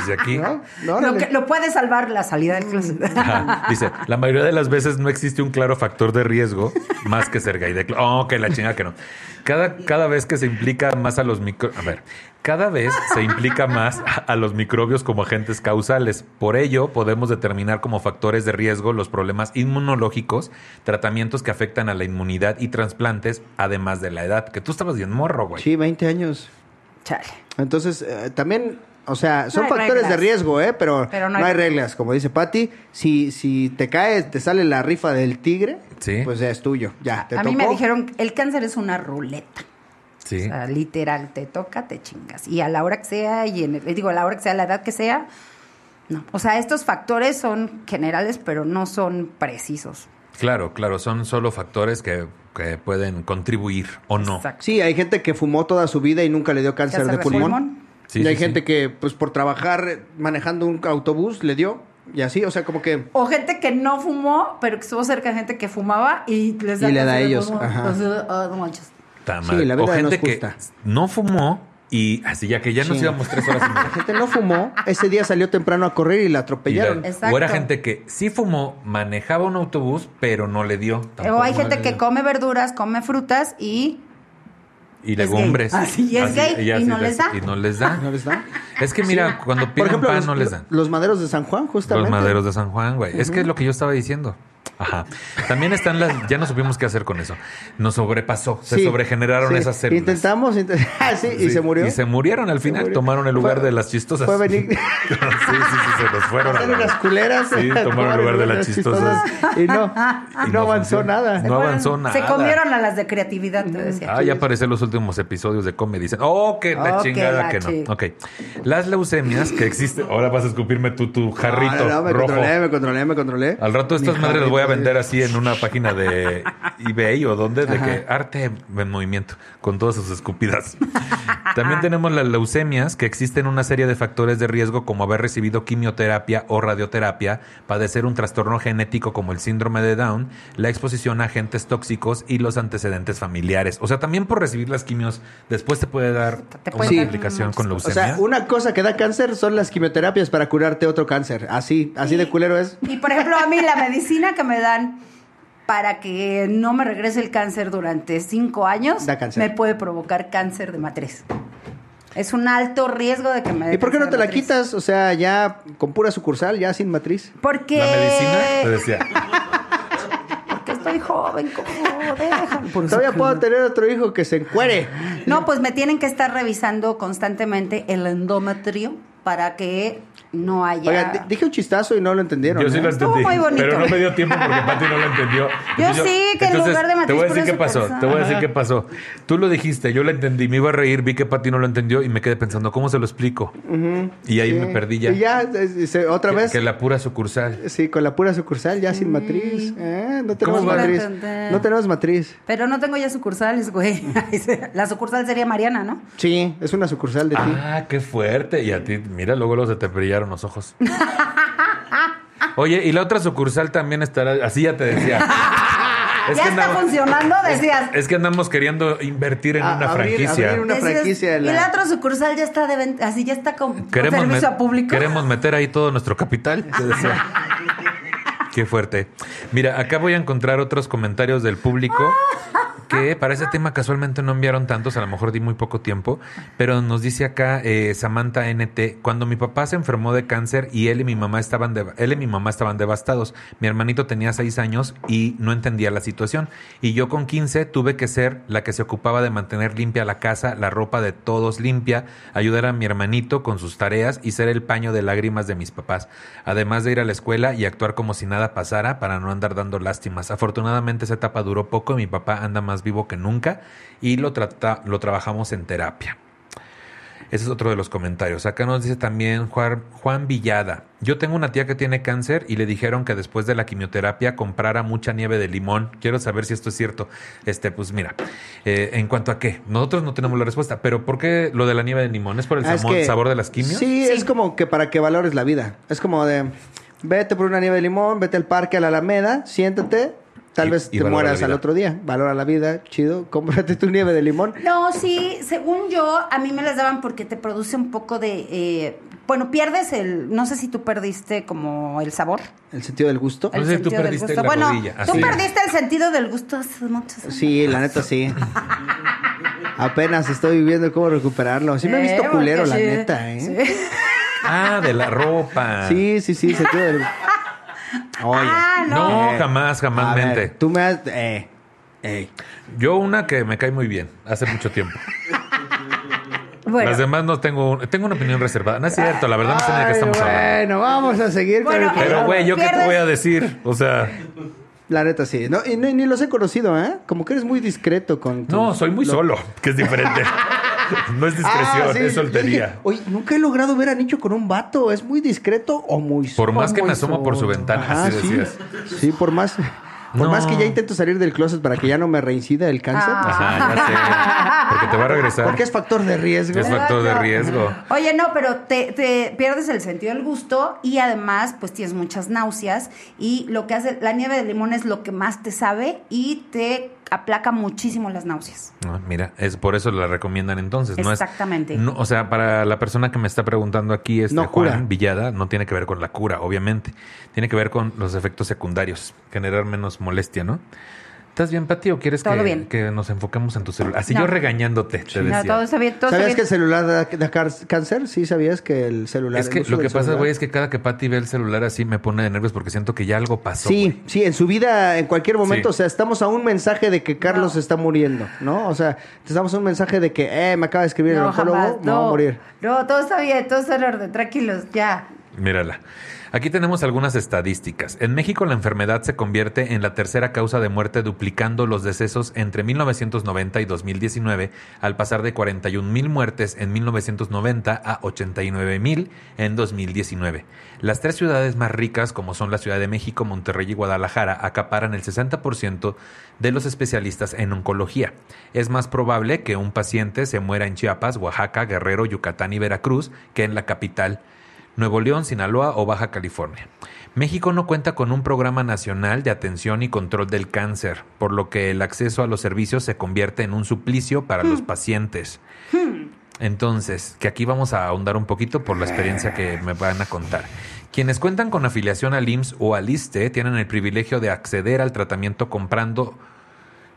S1: Dice aquí.
S3: ¿No? No,
S2: Lo,
S3: órale. Mm.
S2: que- lo puede salvar la salida del closet.
S1: Ajá. Dice, la mayoría de las veces no existe un claro factor de riesgo más que ser gay. De cl- oh, que la chinga que no. Cada, cada vez que se implica más a los micro... A ver, cada vez se implica más a, a los microbios como agentes causales. Por ello, podemos determinar como factores de riesgo los problemas inmunológicos, tratamientos que afectan a la inmunidad y trasplantes, además de la edad. Que tú estabas bien morro, güey.
S3: Sí, 20 años.
S2: Chale.
S3: Entonces, eh, también, o sea, son
S2: hay
S3: factores
S2: reglas.
S3: de riesgo, ¿eh? Pero,
S2: Pero
S3: no, hay, reglas. Como dice Patty, si, si te caes, te sale la rifa del tigre,
S1: Sí.
S3: pues ya es tuyo. Ya, te
S2: A mí me
S3: tocó.
S2: dijeron, el cáncer es una ruleta.
S1: Sí.
S2: O sea, literal, te toca, te chingas. Y a la hora que sea, y en el- digo, a la hora que sea, a la edad que sea, no. O sea, estos factores son generales, pero no son precisos.
S1: Claro, claro. Son solo factores que, que pueden contribuir o no.
S2: Exacto.
S3: Sí, hay gente que fumó toda su vida y nunca le dio cáncer, de pulmón.
S1: Sí,
S3: y
S1: sí,
S3: hay
S1: sí.
S3: gente que, pues, por trabajar eh, manejando un autobús, le dio. Y así, o sea, como que...
S2: O gente que no fumó, pero que estuvo cerca de gente que fumaba y les da
S3: Y le da
S2: cáncer
S3: a
S2: de
S3: ellos,
S2: pulmón.
S3: ajá.
S2: O sea, ah, no manches.
S1: Ta
S3: Sí,
S1: madre.
S3: la vida
S1: o gente
S3: nos
S1: que
S3: gusta.
S1: no fumó y así ya que ya nos
S3: Sí.
S1: íbamos tres horas y media.
S3: La gente no fumó, ese día salió temprano a correr y la
S1: Y
S3: atropellaron.
S1: la-
S2: Exacto.
S1: o era gente que sí fumó, manejaba un autobús, pero no le dio. tampoco
S2: O hay gente
S1: le
S2: que
S1: dio.
S2: come verduras, come frutas y
S1: Y
S2: es gay.
S1: legumbres.
S2: Así, y es gay, y no les da.
S1: Y no les da.
S3: ¿No les da?
S1: Es que mira, cuando piden pan no les dan.
S3: los maderos de San Juan, justamente.
S1: Los maderos de San Juan, güey. Es que es lo que yo estaba diciendo. Ajá. También están las. Ya no supimos qué hacer con eso. Nos sobrepasó. Se
S3: Sí,
S1: sobregeneraron
S3: sí.
S1: esas células.
S3: Intentamos, inte- Ah, sí, y
S1: Sí,
S3: se murió.
S1: Y se murieron al
S3: Se
S1: final.
S3: murió.
S1: Tomaron el lugar
S3: Fue-
S1: de las chistosas.
S3: Fue venir.
S1: sí, sí, sí, se nos fueron. a la-
S3: las culeras.
S1: Sí, tomaron el lugar de las chistosas. Y
S3: Y no, y
S1: no
S3: no avanzó
S1: funcionó.
S3: nada.
S1: No avanzó nada.
S2: Se comieron a las de creatividad, te decía.
S1: Ah, ya aparecen los últimos episodios de Comedy. Dicen, oh, que la
S2: Oh, que
S1: chingada
S2: la
S1: que no.
S2: chi-
S1: Ok. Las leucemias que existen. Ahora vas a escupirme tú tu jarrito
S3: Ah, No, no, no, me
S1: rojo.
S3: controlé, me controlé, me controlé.
S1: Al rato estas
S3: Mi
S1: madres las voy a
S3: jarrito,
S1: vender así en una página de eBay o donde, de que arte en movimiento, con todas sus escupidas. También tenemos las leucemias, que existen una serie de factores de riesgo como haber recibido quimioterapia o radioterapia, padecer un trastorno genético como el síndrome de Down, la exposición a agentes tóxicos y los antecedentes familiares. O sea, también por recibir las quimios, después te puede dar
S2: Te
S1: una
S2: puede dar
S1: complicación con
S3: O
S1: leucemia.
S3: sea, una cosa que da cáncer son las quimioterapias para curarte otro cáncer. Así, así de culero es.
S2: Y por ejemplo, a mí la medicina que me dan para que no me regrese el cáncer durante cinco años
S3: Da cáncer.
S2: me puede provocar cáncer de matriz. Es un alto riesgo de que me dé
S3: ¿Y por qué no
S2: cáncer
S3: te
S2: de
S3: la
S2: matriz.
S3: quitas? O sea, ya con pura sucursal, ya sin matriz.
S2: Porque,
S1: La medicina, te decía.
S2: porque estoy joven, como déjame. Por
S3: Todavía
S2: eso-
S3: puedo tener otro hijo que se encuere.
S2: No, pues me tienen que estar revisando constantemente el endometrio para que no haya.
S3: Oigan, di- dije un chistazo y no lo entendieron.
S1: Yo sí
S3: ¿eh?
S1: lo
S2: Estuvo
S1: entendí.
S2: muy bonito.
S1: Pero no me dio tiempo porque Pati no lo entendió.
S2: Yo sí, que en lugar de
S1: Te
S2: matriz
S1: voy a
S2: por
S1: decir qué
S2: eso
S1: pasó.
S2: pensaba.
S1: Te voy a decir qué pasó. Tú lo dijiste, yo lo entendí, me iba a reír, vi que Pati no lo entendió y me quedé pensando, ¿cómo se lo explico? Y ahí
S3: Sí.
S1: me perdí ya.
S3: Y ya, eh, se- otra
S1: Que-
S3: vez.
S1: Que la pura sucursal.
S3: Sí, con la pura sucursal, ya sin matriz. ¿eh? No tenemos
S1: ¿Cómo va?
S3: matriz.
S2: Entender.
S3: No tenemos matriz.
S2: Pero no tengo ya sucursales, güey. La sucursal sería Mariana, ¿no?
S3: Sí, es una sucursal de ti.
S1: Ah, qué fuerte. Y a ti, mira, luego luego se te brillaron los ojos. Oye, y la otra sucursal también estará, así ya te decía. Es
S2: ya
S1: que
S2: está
S1: andaba-
S2: funcionando, decías.
S1: Es que andamos queriendo invertir en
S3: A-
S1: una
S3: abrir-
S1: franquicia.
S3: abrir una
S2: Decías,
S3: franquicia,
S2: Y
S3: la-
S2: la otra sucursal ya está de ven- así ya está con
S1: queremos,
S2: servicio
S1: met-
S2: a público.
S1: queremos meter ahí todo nuestro capital. te decía. Qué fuerte. Mira, acá voy a encontrar otros comentarios del público que para ese tema casualmente no enviaron tantos, a lo mejor di muy poco tiempo, pero nos dice acá eh, Samantha NT, cuando mi papá se enfermó de cáncer y él y mi mamá estaban de- él y mi mamá estaban devastados, mi hermanito tenía seis años y no entendía la situación y yo con 15 tuve que ser la que se ocupaba de mantener limpia la casa, la ropa de todos limpia, ayudar a mi hermanito con sus tareas y ser el paño de lágrimas de mis papás, además de ir a la escuela y actuar como si nada pasara para no andar dando lástimas. Afortunadamente esa etapa duró poco y mi papá anda más vivo que nunca y lo, trata, lo trabajamos en terapia. Ese es otro de los comentarios. Acá nos dice también Juan, Juan Villada. Yo tengo una tía que tiene cáncer y le dijeron que después de la quimioterapia comprara mucha nieve de limón. Quiero saber si esto es cierto. Este, pues mira, eh, en cuanto a qué, nosotros no tenemos la respuesta, pero ¿por qué lo de la nieve de limón? ¿Es por el
S3: Ah, es
S1: sabor,
S3: que-
S1: sabor de las quimios?
S3: Sí,
S2: Sí.
S3: es como que para que valores la vida. Es como de, vete por una nieve de limón, vete al parque, a la Alameda, siéntate, tal
S1: Y-
S3: vez
S1: y
S3: te
S1: valora la
S3: mueras
S1: vida.
S3: al otro día. Valora la vida, chido, cómprate tu nieve de limón.
S2: No, sí, según yo, a mí me las daban porque te produce un poco de. eh, bueno, pierdes el. No sé si tú perdiste como el sabor.
S3: El sentido del gusto.
S1: No
S2: el
S1: sé si tú
S2: sentido del
S1: perdiste
S2: gusto.
S1: la
S2: Bueno,
S1: rodilla,
S2: tú
S1: así.
S2: perdiste el sentido del gusto hace muchos años.
S3: Sí, la neta sí. Apenas estoy viviendo cómo recuperarlo. Sí me he
S2: Eh,
S3: visto
S2: porque
S3: culero, la
S2: sí.
S3: neta, ¿eh?
S2: Sí.
S1: Ah, de la ropa.
S3: Sí, sí, sí, sentido del Oye. Eh,
S2: Ah, no.
S1: No, jamás, jamás
S3: a ver,
S1: mente.
S3: tú me has... Eh, eh.
S1: Yo una que me cae muy bien hace mucho tiempo.
S2: Bueno.
S1: Las demás no tengo, un- tengo una opinión reservada. No es cierto, la verdad no sé ni de qué
S3: Ay,
S1: estamos hablando.
S3: bueno, vamos a seguir
S2: Bueno,
S3: con el
S1: Pero
S2: Pero,
S1: güey, yo qué te
S2: pierdes-
S1: voy a decir, o sea,
S3: La neta sí. No, y ni, ni los he conocido, ¿eh? Como que eres muy discreto con. tu-
S1: no, soy muy
S3: lo-
S1: solo, que es diferente. No es discreción,
S3: Ah, sí,
S1: es
S3: yo
S1: soltería.
S3: dije, Oye, nunca he logrado ver a Nicho con un vato. ¿Es muy discreto o muy
S1: Por
S3: o
S1: más que
S3: muy
S1: me asomo por su
S3: solo?
S1: ventana, así
S3: sí.
S1: decías.
S3: Sí, por más. Por
S1: No.
S3: más que ya intento salir del closet para que ya no me reincida el cáncer.
S2: Ah.
S1: Ajá, ya sé. Porque te va a regresar.
S3: Porque es factor de riesgo.
S1: Es factor de riesgo.
S2: Oye, no, pero te, te pierdes el sentido del gusto y además, pues tienes muchas náuseas. Y lo que hace la nieve de limón es lo que más te sabe y te aplaca muchísimo las náuseas.
S1: No, mira, es por eso la recomiendan entonces, ¿no? Es-
S2: Exactamente.
S1: no, o sea, para la persona que me está preguntando aquí, este
S3: No
S1: Juan
S3: cura.
S1: Villada, no tiene que ver con la cura, obviamente. Tiene que ver con los efectos secundarios, generar menos molestia, ¿no? ¿Estás bien, Pati, o quieres
S2: Todo
S1: que,
S2: bien.
S1: que nos enfoquemos en tu celular? Así
S2: No.
S1: yo regañándote, te
S2: No,
S1: decía.
S2: todo está bien, todo está
S3: ¿Sabías
S2: bien.
S3: que el celular da, da car- cáncer? Sí, sabías que el celular.
S1: Es que
S3: el uso
S1: lo que
S3: del
S1: pasa,
S3: celular-
S1: güey, es que cada que Pati ve el celular así me pone de nervios porque siento que ya algo pasó.
S3: Sí,
S1: güey.
S3: sí, en su vida, en cualquier
S1: Sí.
S3: momento, o sea, estamos a un mensaje de que Carlos
S2: No.
S3: está muriendo, ¿no? O sea, estamos a un mensaje de que, eh, me acaba de escribir el
S2: No,
S3: oncólogo,
S2: jamás,
S3: me voy a
S2: no.
S3: morir.
S2: No, todo está bien, todo está en orden, tranquilos, ya.
S1: Mírala. Aquí tenemos algunas estadísticas. En México la enfermedad se convierte en la tercera causa de muerte duplicando los decesos entre 1990 y 2019 al pasar de 41 mil muertes en 1990 a 89 mil en 2019. Las tres ciudades más ricas como son la Ciudad de México, Monterrey y Guadalajara acaparan el 60% de los especialistas en oncología. Es más probable que un paciente se muera en Chiapas, Oaxaca, Guerrero, Yucatán y Veracruz que en la capital. Nuevo León, Sinaloa o Baja California. México no cuenta con un programa nacional de atención y control del cáncer, por lo que el acceso a los servicios se convierte en un suplicio para los pacientes. Entonces, que aquí vamos a ahondar un poquito por la experiencia que me van a contar. Quienes cuentan con afiliación al IMSS o al ISTE E tienen el privilegio de acceder al tratamiento comprando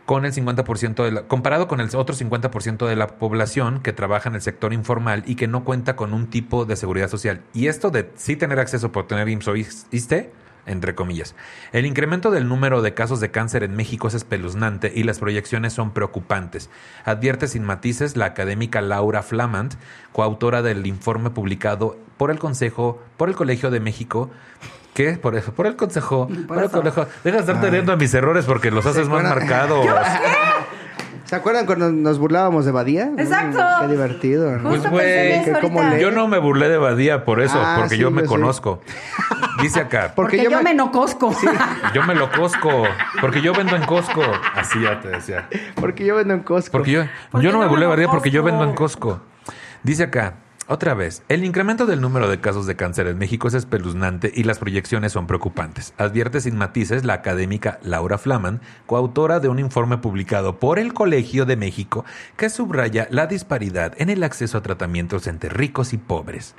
S1: con el 50% de la- comparado con el otro 50% de la población que trabaja en el sector informal y que no cuenta con un tipo de seguridad social. Y esto de sí tener acceso por tener IMSS o IS- ISSSTE, entre comillas. El incremento del número de casos de cáncer en México es espeluznante y las proyecciones son preocupantes. Advierte sin matices la académica Laura Flamant, coautora del informe publicado por el Consejo, por el Colegio de México, que por eso, por el Consejo, por, el
S2: eso.
S1: Colegio. Deja de estar teniendo a mis errores porque los haces más
S3: fuera-
S1: marcados.
S3: ¿Se acuerdan cuando nos burlábamos de Badía?
S2: Exacto.
S3: Mm, qué divertido, ¿no?
S1: Pues,
S2: Justo
S1: güey,
S2: pensé en eso
S3: que cómo
S2: ahorita.
S3: le-
S1: Yo no me burlé de Badía por eso,
S3: Ah,
S1: porque
S3: sí,
S1: yo me
S3: yo sí.
S1: conozco. Dice acá,
S2: Porque, yo, me... no cosco.
S1: yo me lo cosco, porque yo vendo en Costco. Así ya te decía.
S3: Porque yo vendo en Costco.
S1: Porque yo,
S2: ¿Por
S1: yo
S2: qué
S1: no me
S2: no
S1: burlé de
S2: en
S1: Badía porque yo
S2: Costco?
S1: vendo en Costco. Dice acá, otra vez, el incremento del número de casos de cáncer en México es espeluznante y las proyecciones son preocupantes. Advierte sin matices la académica Laura Flaman, coautora de un informe publicado por el Colegio de México que subraya la disparidad en el acceso a tratamientos entre ricos y pobres.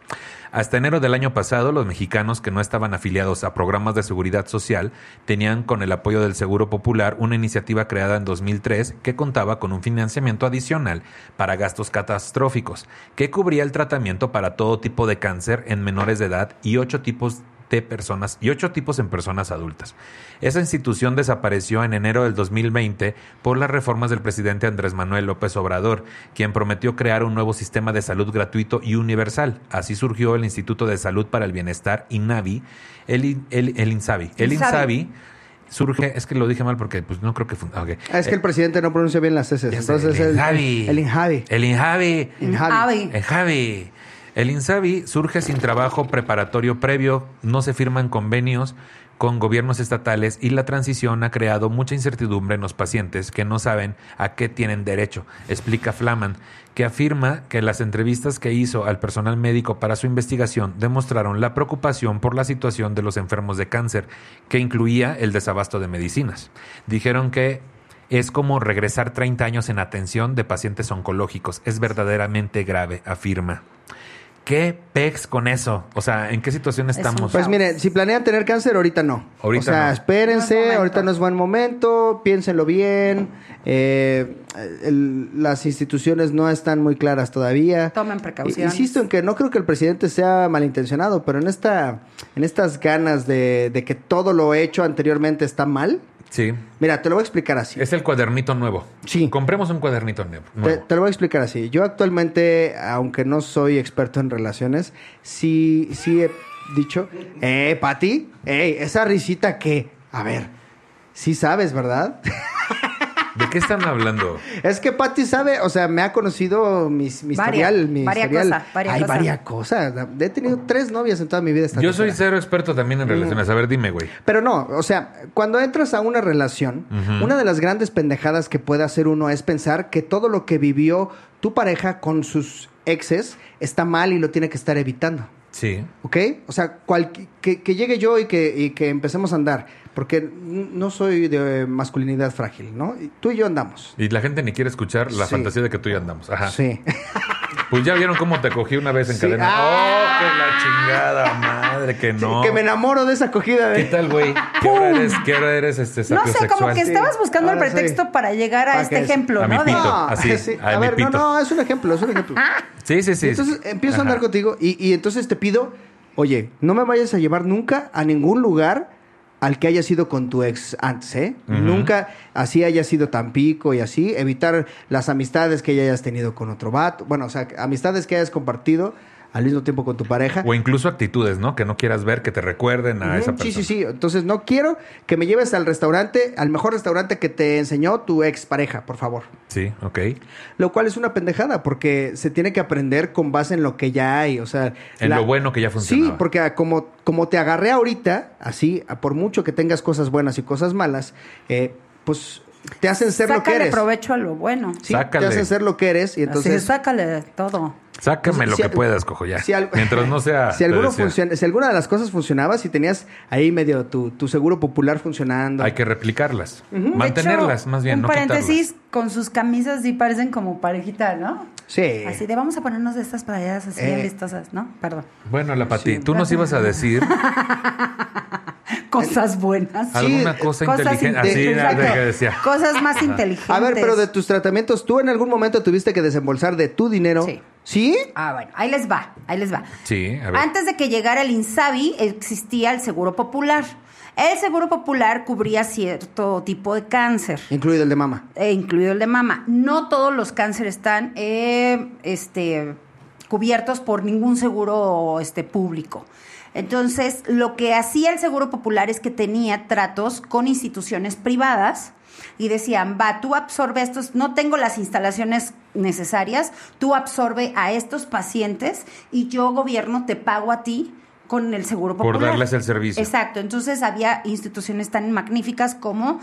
S1: Hasta enero del año pasado, los mexicanos que no estaban afiliados a programas de seguridad social tenían con el apoyo del Seguro Popular una iniciativa creada en 2003 que contaba con un financiamiento adicional para gastos catastróficos, que cubría el tratamiento para todo tipo de cáncer en menores de edad y ocho tipos de personas y ocho tipos en personas adultas. Esa institución desapareció en enero del 2020 por las reformas del presidente Andrés Manuel López Obrador, quien prometió crear un nuevo sistema de salud gratuito y universal. Así surgió el Instituto de Salud para el Bienestar, INAVI, el, I- el, el INSABI. El
S2: Insabi.
S1: INSABI surge, es que lo dije mal porque pues no creo que... fun- ah, ok.
S3: Ah, es que el presidente no pronuncia bien las heces.
S1: Ya sé,
S3: Entonces, el, Eh,
S1: Injavi.
S3: el Injavi.
S1: El Injavi.
S3: Injavi.
S2: Avi.
S1: El Javi. El INSABI surge sin trabajo preparatorio previo, no se firman convenios con gobiernos estatales y la transición ha creado mucha incertidumbre en los pacientes que no saben a qué tienen derecho, explica Flaman, que afirma que las entrevistas que hizo al personal médico para su investigación demostraron la preocupación por la situación de los enfermos de cáncer, que incluía el desabasto de medicinas. Dijeron que es como regresar 30 años en atención de pacientes oncológicos. Es verdaderamente grave, afirma. ¿Qué pex con eso? O sea, ¿en qué situación
S2: un
S1: estamos?
S3: Pues mire, si planean tener cáncer, ahorita no.
S1: Ahorita
S3: o sea,
S1: no.
S2: No es
S3: espérense,
S2: momento.
S3: ahorita no es buen momento, piénsenlo bien. eh, el- las instituciones no están muy claras todavía.
S2: Tomen precauciones.
S3: Eh, Insisto en que no creo que el presidente sea malintencionado, pero en esta, en estas ganas de, de que todo lo hecho anteriormente está mal,
S1: sí.
S3: mira, te lo voy a explicar así.
S1: Es el cuadernito nuevo.
S3: Sí.
S1: Compremos un cuadernito nuevo.
S3: Te,
S1: nuevo.
S3: te lo voy a explicar así. Yo actualmente, aunque no soy experto en relaciones, sí, sí he dicho, eh, Pati, ey, esa risita que, a ver, sí sabes, ¿verdad?
S1: ¿De qué están hablando?
S3: Es que Pati sabe, o sea, me ha conocido mis, mi
S2: Varia-
S3: historial, mi
S2: varia
S3: historial.
S2: cosa, varia
S3: Hay
S2: cosa.
S3: varias cosas. He tenido tres novias en toda mi vida. esta
S1: Yo soy
S3: temporada.
S1: cero experto también
S3: Mm.
S1: en relaciones. A ver, dime, güey.
S3: Pero no, o sea, cuando entras a una relación, una de las grandes pendejadas que puede hacer uno es pensar que todo lo que vivió tu pareja con sus exes está mal y lo tiene que estar evitando.
S1: Sí.
S3: ¿Ok? O sea, cual- que, que llegue yo y que, y que empecemos a andar, porque n- no soy de masculinidad frágil, ¿no? Y Tú y yo andamos.
S1: Y la gente ni quiere escuchar la
S3: Sí.
S1: fantasía de que tú y yo andamos. Ajá.
S3: Sí.
S1: Pues ya vieron cómo te cogí una vez en
S3: Sí.
S1: cadena.
S3: ¡Ah!
S1: ¡Oh, que la chingada madre! Que no.
S3: Que me enamoro de esa acogida.
S1: ¿Qué
S3: De...
S1: tal, güey? ¿Qué hora eres, qué hora eres este
S2: No sé, como
S1: sapiosexual?
S2: que estabas buscando el
S3: Ahora sí.
S2: pretexto para llegar a
S3: Para
S2: este
S3: que-
S2: ejemplo,
S1: A mi
S2: ¿no? De-
S1: pito. así,
S3: A,
S1: a mi
S3: ver,
S1: pito.
S3: no, no, es un ejemplo, es un ejemplo.
S1: Sí, sí, sí.
S3: Y entonces empiezo
S1: Ajá.
S3: a andar contigo y, y entonces te pido, oye, no me vayas a llevar nunca a ningún lugar al que haya sido con tu ex antes, ¿eh? Nunca así haya sido Tampico y así. Evitar las amistades que ya hayas tenido con otro vato. Bueno, o sea, amistades que hayas compartido al mismo tiempo con tu pareja.
S1: O incluso actitudes, ¿no? Que no quieras ver, que te recuerden a esa
S3: Ujú,
S1: persona.
S3: Sí, sí, sí. Entonces no quiero que me lleves al restaurante, al mejor restaurante que te enseñó tu ex pareja, por favor.
S1: Sí, ok.
S3: Lo cual es una pendejada, porque se tiene que aprender con base en lo que ya hay. O sea,
S1: En
S3: la-
S1: lo bueno que ya funcionaba.
S3: Sí, porque a- como, como te agarré ahorita, así, a por mucho que tengas cosas buenas y cosas malas, eh, pues te hacen ser lo que
S2: Sácale
S3: eres.
S2: provecho a lo bueno.
S3: Sí,
S1: Sácale.
S3: te hacen ser lo que eres y entonces.
S2: Así, sácale todo.
S1: Sácame lo
S3: Entonces, pues, si
S1: que
S3: al-
S1: puedas, cojo ya.
S3: si al-
S1: Mientras no sea.
S3: Si,
S1: Ah, te
S3: alguno
S1: decía,
S3: funciona- si alguna de las cosas funcionaba, si tenías ahí medio tu, tu seguro popular funcionando.
S1: Hay que replicarlas.
S2: De
S1: Mantenerlas,
S2: hecho,
S1: más bien,
S2: Un
S1: no
S2: paréntesis, con sus camisas sí parecen como parejita, ¿no?
S3: Sí.
S2: Así de vamos a ponernos de estas playeras así bien
S3: Eh.
S2: vistosas, ¿no? Perdón.
S1: quitarlas. Bueno, la Pati, tú nos ibas a decir
S2: Cosas buenas.
S3: Sí,
S1: alguna cosa
S2: Cosas
S1: inteligente.
S2: inte-
S1: Así era
S2: exacto.
S1: de que decía.
S2: Cosas más inteligentes.
S3: A ver, pero de tus tratamientos, ¿tú en algún momento tuviste que desembolsar de tu dinero?
S2: Sí.
S3: ¿Sí?
S2: Ah, bueno, ahí les va, ahí les va.
S1: Sí, a ver.
S2: Antes de que llegara el Insabi, existía el Seguro Popular. El Seguro Popular cubría cierto tipo de cáncer.
S3: Incluido el de mamá.
S2: e incluido el de mama. No todos los cánceres están eh, este, cubiertos por ningún seguro este, público. Entonces, lo que hacía el Seguro Popular es que tenía tratos con instituciones privadas y decían, va, tú absorbe estos, no tengo las instalaciones necesarias, tú absorbe a estos pacientes y yo, gobierno, te pago a ti con el Seguro
S1: Por
S2: Popular.
S1: darles el servicio.
S2: Exacto, entonces había instituciones tan magníficas como...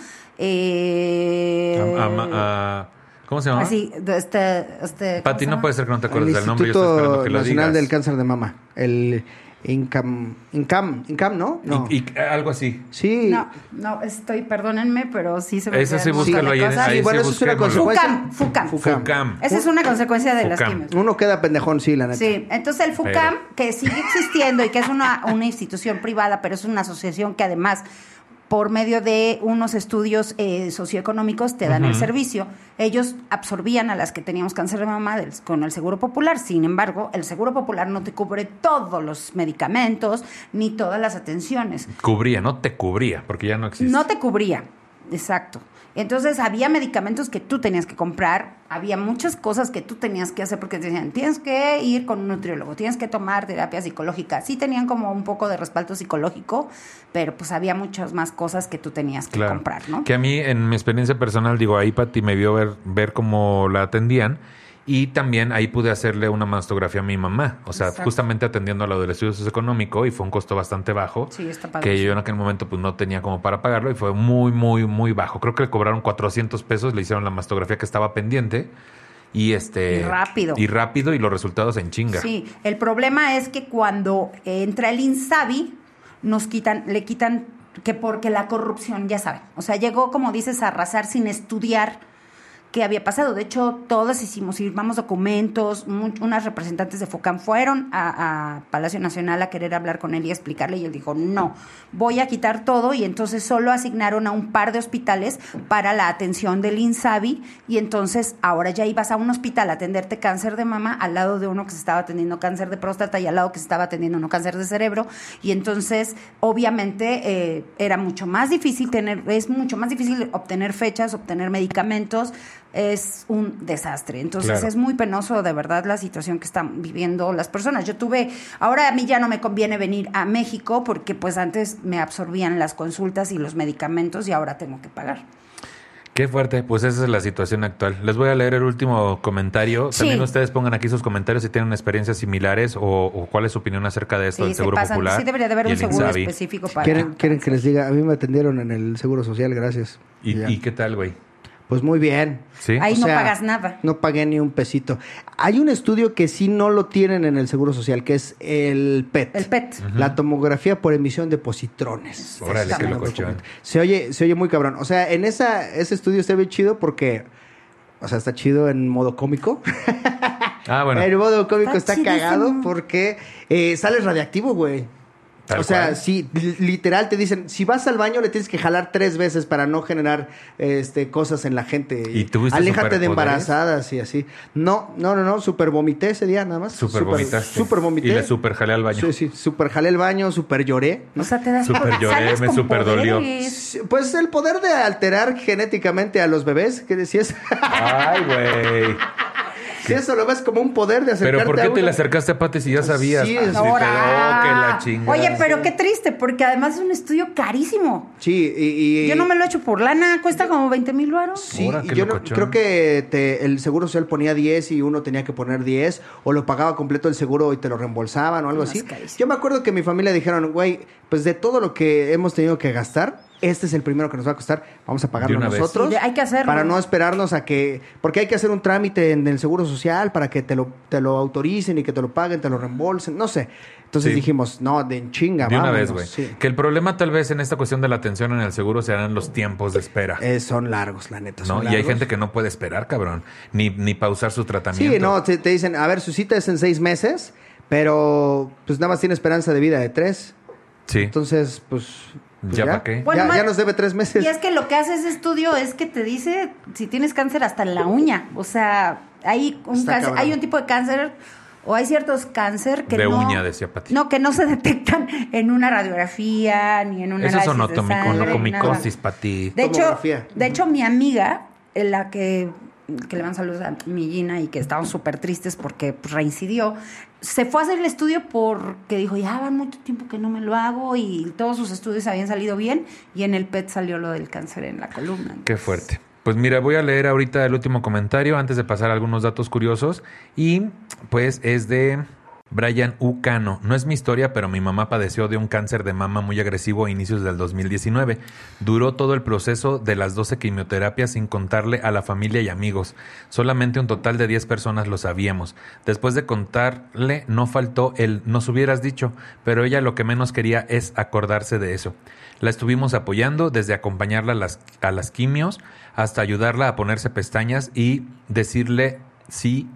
S2: eh,
S1: a- a- a- ¿Cómo se llama?
S2: Así, de este, este, ¿cómo se
S1: ah, Pati, no
S2: llama?
S1: puede ser que no te acuerdes
S3: El
S1: del nombre. Yo estoy esperando
S3: Instituto
S1: que lo
S3: Nacional
S1: digas.
S3: del Cáncer de Mama. El INCAM. INCAM, INCAM ¿no? No.
S1: Y, y- algo así.
S3: sí.
S2: No, no, estoy, perdónenme, pero sí se me
S1: Ese sí,
S2: olvidaron un montón
S1: búscalo
S2: de
S1: ahí en
S2: cosas.
S1: ahí
S3: Sí, bueno,
S1: sí,
S3: eso es una
S1: busquémoslo.
S3: consecuencia.
S2: Fucam, Fucam.
S3: Fucam.
S1: Fucam.
S2: Esa es una consecuencia de las
S1: Fucam.
S2: quimios.
S3: Uno queda pendejón, sí, la neta.
S2: Sí, entonces el FUCAM, que sigue existiendo y que es una, una institución privada, pero es una asociación que además, por medio de unos estudios eh, socioeconómicos, te dan el servicio. Ellos absorbían a las que teníamos cáncer de mama del- con el Seguro Popular. Sin embargo, el Seguro Popular no te cubre todos los medicamentos ni todas las atenciones.
S1: Cubría, no te cubría, porque ya no existe.
S2: No te cubría, exacto. Entonces había medicamentos que tú tenías que comprar, había muchas cosas que tú tenías que hacer porque te decían, tienes que ir con un nutriólogo, tienes que tomar terapia psicológica. Sí tenían como un poco de respaldo psicológico, pero pues había muchas más cosas que tú tenías que
S1: Claro.
S2: comprar, ¿no?
S1: Que a mí, en mi experiencia personal, digo, ahí Pati me vio ver, ver cómo la atendían. Y también ahí pude hacerle una mastografía a mi mamá. O sea,
S2: Exacto.
S1: justamente atendiendo a lo del estudio socioeconómico y fue un costo bastante bajo.
S2: Sí, está
S1: que
S2: padrísimo.
S1: yo en aquel momento pues no tenía como para pagarlo y fue muy, muy, muy bajo. Creo que le cobraron 400 pesos, le hicieron la mastografía que estaba pendiente y este...
S2: Y rápido.
S1: Y rápido y los resultados en chinga.
S2: Sí, el problema es que cuando entra el Insabi, nos quitan, le quitan que porque la corrupción, ya saben. O sea, llegó, como dices, a arrasar sin estudiar qué había pasado. De hecho, todas hicimos, firmamos documentos, mu- unas representantes de FOCAM fueron a, a Palacio Nacional a querer hablar con él y explicarle, y él dijo, no, voy a quitar todo, y entonces solo asignaron a un par de hospitales para la atención del INSABI, y entonces ahora ya ibas a un hospital a atenderte cáncer de mama al lado de uno que se estaba atendiendo cáncer de próstata y al lado que se estaba atendiendo uno cáncer de cerebro, y entonces obviamente eh, era mucho más difícil tener, es mucho más difícil obtener fechas, obtener medicamentos, es un desastre. Entonces
S1: Claro.
S2: es muy penoso de verdad la situación que están viviendo las personas. Yo tuve, ahora a mí ya no me conviene venir a México porque pues antes me absorbían las consultas y los medicamentos y ahora tengo que pagar.
S1: Qué fuerte, pues esa es la situación actual. Les voy a leer el último comentario.
S2: Sí.
S1: También ustedes pongan aquí sus comentarios si tienen experiencias similares o, o cuál es su opinión acerca de esto
S2: Sí,
S1: del
S2: se
S1: Seguro
S2: pasan.
S1: Popular.
S2: Sí debería de haber
S1: y
S2: un
S1: el
S2: seguro
S1: Insabi.
S2: específico para...
S3: ¿Quieren, quieren que les diga? A mí me atendieron en el Seguro Social, gracias.
S1: ¿Y,
S3: Ya.
S1: y qué tal, güey?
S3: Pues muy bien.
S1: ¿Sí?
S2: Ahí
S3: O
S2: no
S3: sea,
S2: pagas nada.
S3: No pagué ni un pesito. Hay un estudio que sí no lo tienen en el Seguro Social, que es el PET.
S2: El E PET.
S3: La tomografía por emisión de positrones.
S1: Órale, qué
S2: Exactamente.
S1: locochón.
S3: Se oye, se oye muy cabrón. O sea, en esa, ese estudio está bien chido porque. O sea, está chido en modo cómico.
S1: Ah, bueno.
S3: El modo cómico
S2: Está
S3: está,
S2: chidísimo.
S3: cagado porque eh, sales radiactivo, güey.
S1: Tal
S3: o sea,
S1: cual.
S3: si literal te dicen, si vas al baño le tienes que jalar tres veces para no generar este cosas en la gente.
S1: ¿Y tuviste
S3: Aléjate de
S1: superpoderes?
S3: embarazadas y así. No, no, no, no, super vomité ese día nada más.
S1: Super vomitaste.
S3: Super vomité.
S1: Y le super jalé al baño.
S3: Sí, sí, super jalé el baño, super lloré.
S2: O sea, te das
S1: Súper
S2: por-
S1: lloré,
S2: sales
S1: me
S2: con
S1: súper dolió.
S2: poderes.
S3: Pues el poder de alterar genéticamente a los bebés, que decías,
S1: Ay, güey.
S3: si eso lo ves como un poder de acercarte
S1: Pero ¿por qué
S3: a
S1: te
S3: una- Pues
S1: le acercaste a Pate si ya sabías?
S3: Sí,
S1: Ah,
S3: es-
S1: pero, oh, que la
S2: Ahora.
S1: chingada.
S2: Ah. Oye, pero qué triste, porque además es un estudio carísimo.
S3: Sí, y, y-
S2: Yo no me lo he hecho por lana, cuesta como 20 mil varos.
S3: Sí,
S1: Ahora,
S3: y
S1: qué
S3: yo no-
S1: locochón.
S3: creo que te- el seguro social ponía 10 y uno tenía que poner 10 o lo pagaba completo el seguro y te lo reembolsaban o algo
S2: Más
S3: así.
S2: carísimo.
S3: Yo me acuerdo que mi familia dijeron, güey, pues de todo lo que hemos tenido que gastar, este es el primero que nos va a costar, vamos a pagarlo
S1: De una vez.
S3: nosotros.
S2: Sí, de- hay que hacerlo.
S3: Para no esperarnos a que, porque hay que hacer un trámite en el seguro social para que te lo, te lo autoricen y que te lo paguen, te lo reembolsen, no sé. Entonces
S1: Sí.
S3: dijimos, no, de en chinga,
S1: De una
S3: vámonos,
S1: vez, güey.
S3: sí.
S1: Que el problema tal vez en esta cuestión de la atención en el seguro serán los tiempos de espera.
S3: Eh, son largos, la neta.
S1: ¿no?
S3: son
S1: Y hay
S3: largos.
S1: gente que no puede esperar, cabrón. Ni, ni pausar su tratamiento.
S3: Sí, no, te, te dicen, a ver, su cita es en seis meses, pero pues nada más tiene esperanza de vida de tres.
S1: Sí.
S3: Entonces, pues. pues,
S1: ¿Ya pa' qué?
S2: Bueno,
S3: ya,
S2: más-
S3: ya nos debe tres meses.
S2: Y es que lo que hace ese estudio es que te dice si tienes cáncer hasta en la uña. O sea, hay un,
S3: Está
S2: cáncer-
S3: cabrón.
S2: hay un tipo de cáncer o hay ciertos cáncer que
S1: De
S2: no...
S1: uña, decía Pati.
S2: No, que no se detectan en una radiografía ni en una
S1: Eso es
S2: análisis de
S1: onotómico,
S2: sangre,
S1: no
S2: ni nada.
S1: comicosis, Pati.
S2: De hecho,
S3: Tomografía.
S2: de hecho, mi amiga, eh, la que, que le van saludos a mi Gina y que estaban súper tristes porque pues, reincidió, se fue a hacer el estudio porque dijo, ya va mucho tiempo que no me lo hago y todos sus estudios habían salido bien y en el PET salió lo del cáncer en la columna.
S1: Qué fuerte. Pues mira, voy a leer ahorita el último comentario antes de pasar a algunos datos curiosos. Y pues es de Brian U. Cano. No es mi historia, pero mi mamá padeció de un cáncer de mama muy agresivo a inicios del 2019. Duró todo el proceso de las 12 quimioterapias sin contarle a la familia y amigos. Solamente un total de 10 personas lo sabíamos. Después de contarle, no faltó el nos hubieras dicho, pero ella lo que menos quería es acordarse de eso. La estuvimos apoyando desde acompañarla a las, a las quimios hasta ayudarla a ponerse pestañas y decirle si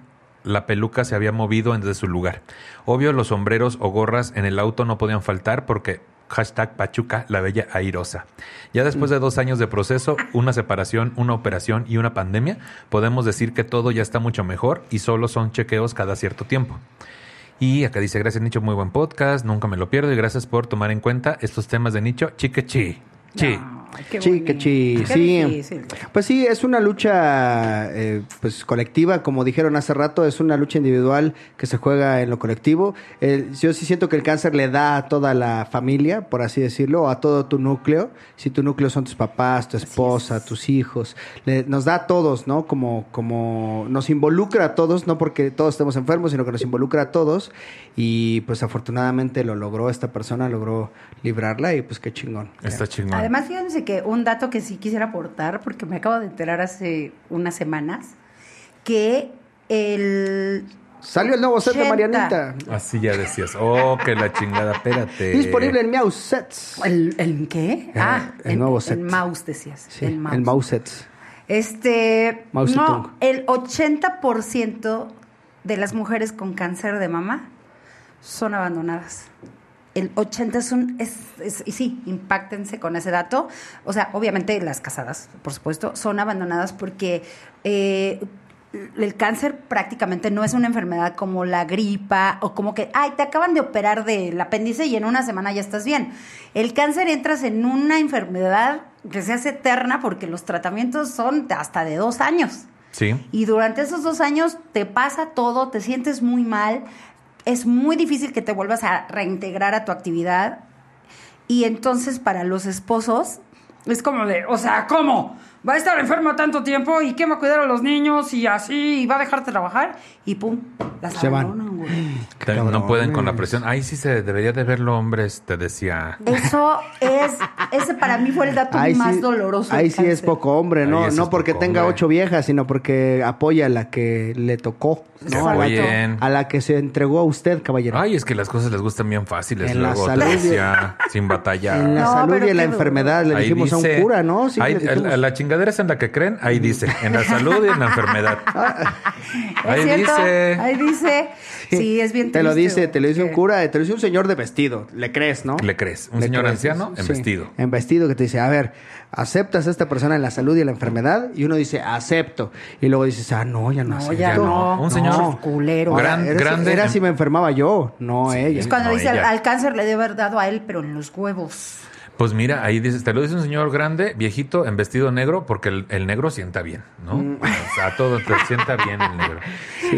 S1: la peluca se había movido desde su lugar. Obvio, los sombreros o gorras en el auto no podían faltar porque hashtag Pachuca, la bella airosa. Ya después de dos años de proceso, una separación, una operación y una pandemia, podemos decir que todo ya está mucho mejor y solo son chequeos cada cierto tiempo. Y acá dice, gracias Nicho, muy buen podcast, nunca me lo pierdo y gracias por tomar en cuenta estos temas de Nicho. Chique chi. Chi.
S2: Ay, qué
S3: Sí,
S2: bonito.
S3: qué chi,
S2: Qué
S3: sí.
S2: difícil.
S3: Pues sí, es una lucha eh, pues colectiva, como dijeron hace rato, es una lucha individual que se juega en lo colectivo. Eh, yo sí siento que el cáncer le da a toda la familia, por así decirlo, o a todo tu núcleo. Si tu núcleo son tus papás, tu esposa, tus hijos, le- nos da a todos, ¿no? Como, como nos involucra a todos, no porque todos estemos enfermos, sino que nos involucra a todos. Y pues afortunadamente lo logró esta persona, logró librarla y pues qué chingón.
S1: Está chingón.
S2: Además, fíjense que un dato que sí quisiera aportar, porque me acabo de enterar hace unas semanas, que el...
S3: Salió el nuevo set de
S2: 80.
S3: Marianita.
S1: Así ya decías. Oh, que la chingada, espérate.
S3: Disponible en Miau Sets.
S2: ¿El, el qué? Ah,
S3: el nuevo set.
S2: El mouse, decías.
S3: Sí,
S2: el mouse.
S3: el Mau Sets.
S2: Este,
S3: Mao Zedong.
S2: no, el 80% de las mujeres con cáncer de mama son abandonadas. El 80 es un, es, es- y sí, impactense con ese dato. O sea, obviamente las casadas, por supuesto, son abandonadas porque eh, el cáncer prácticamente no es una enfermedad como la gripa o como que, ay, te acaban de operar del apéndice y en una semana ya estás bien. El cáncer entras en una enfermedad que se hace eterna porque los tratamientos son de hasta de dos años.
S1: Sí.
S2: Y durante esos dos años te pasa todo, te sientes muy mal, es muy difícil que te vuelvas a reintegrar a tu actividad. Y entonces para los esposos es como de, o sea, ¿cómo? Va a estar enfermo tanto tiempo y quién va a cuidar a los niños y así, y va a dejarte trabajar y pum, las
S3: Se van.
S2: abandonan, güey.
S1: Te- este, No pueden con la presión. Ahí sí se debería de verlo, hombres, te decía.
S2: Eso es Ese para mí fue el dato
S3: Ahí
S2: más
S3: sí-
S2: doloroso. del
S3: Ahí sí es
S2: cáncer.
S3: poco hombre,
S1: Ahí
S3: ¿no?
S1: ese
S3: No
S1: es
S3: porque
S1: poco
S3: tenga
S1: hombre.
S3: ocho viejas, sino porque apoya a la que le tocó, ¿no? A la,
S2: Exacto.
S1: Bien.
S3: a la que se entregó a usted, caballero.
S1: Ay, es que las cosas les gustan bien fáciles.
S3: En la
S1: luego,
S3: salud.
S1: Teresia, sin batallar.
S3: En la
S2: No,
S3: salud
S2: pero
S3: y en la
S2: qué duro.
S3: enfermedad le
S1: Ahí
S3: dijimos a
S1: dice-
S3: un cura, ¿no? Sí,
S1: ahí-
S3: le
S1: a la-
S3: dijimos.
S1: a la chingadera es en la que creen, ahí dice. En la salud y en la enfermedad.
S2: ¿Es
S1: Ahí
S2: cierto?
S1: dice.
S2: Ahí dice. Sí, es bien
S3: Te lo
S2: triste, eh.
S3: dice, te lo dice un
S2: porque-
S3: cura, te lo dice un señor de vestido. Le crees, ¿no?
S1: Le crees. Un
S3: Le
S1: señor
S3: crees,
S1: anciano en
S3: sí.
S1: vestido.
S3: En vestido que te dice, a ver, ¿aceptas a esta persona en la salud y en la enfermedad? Y uno dice, acepto. Y luego dices, ah, no, ya no,
S2: No,
S3: acepto.
S2: ya no.
S1: Un señor
S2: culero.
S3: Ahora,
S1: gran-
S3: era si-
S1: grande.
S3: Era si me enfermaba yo, no ella.
S2: Es cuando
S1: No,
S2: dice al,
S1: ella.
S2: al cáncer le debe haber dado a él, pero en los huevos.
S1: Pues mira, ahí dices, te lo dice un señor grande, viejito, en vestido negro, porque el, el negro sienta bien, ¿no?
S3: Mm.
S1: O sea, a todos te sienta bien el negro.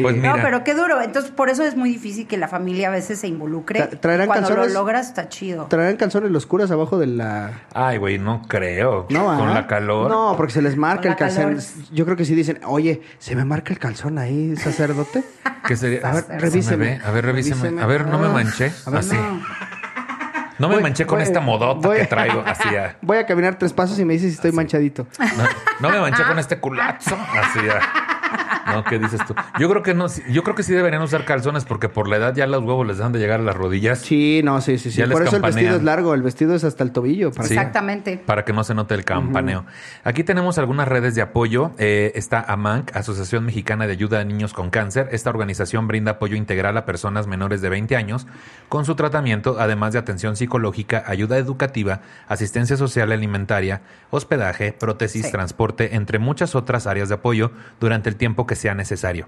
S1: Pues mira,
S2: No, pero qué duro. Entonces, por eso es muy difícil que la familia a veces se involucre.
S3: Tra- traerán
S2: Cuando
S3: canciones-
S2: lo logras, está chido.
S3: ¿Traerán canciones los curas abajo de la...
S1: ay, güey, no creo.
S3: No,
S1: Con
S3: ¿ah?
S1: la calor.
S3: No, porque se les marca
S2: Con
S3: el
S2: la calor.
S3: calzón. Yo creo que sí dicen, oye, ¿se me marca el calzón ahí, sacerdote?
S1: ¿Qué sería?
S3: A ver,
S1: ¿Se me
S3: revíseme.
S1: ve? A ver, revíseme.
S3: Revíseme.
S1: A ver, no me
S3: Ah.
S1: manché.
S3: A ver,
S1: así.
S3: no.
S1: No, me
S3: Voy-
S1: manché con
S3: voy-
S1: esta modota
S3: voy-
S1: que traigo. Así, ah.
S3: Voy a caminar tres pasos y me dices si estoy manchadito.
S1: No, no me manché con este culazo. Así ah. No, ¿qué dices tú? Yo creo que no, sí- yo creo que sí deberían usar calzones porque por la edad ya los huevos les dejan de llegar a las rodillas.
S3: Sí, no, sí, sí, sí.
S1: Ya les
S3: Por eso el
S1: campanean.
S3: vestido es largo, el vestido es hasta el tobillo. para
S1: Sí.
S3: que-
S2: Exactamente.
S1: Para que no se note el campaneo. Aquí tenemos algunas redes de apoyo. Eh, está AMANC, Asociación Mexicana de Ayuda a Niños con Cáncer. Esta organización brinda apoyo integral a personas menores de 20 años con su tratamiento, además de atención psicológica, ayuda educativa, asistencia social alimentaria, hospedaje, prótesis,
S2: Sí.
S1: transporte, entre muchas otras áreas de apoyo durante el tiempo que sea necesario.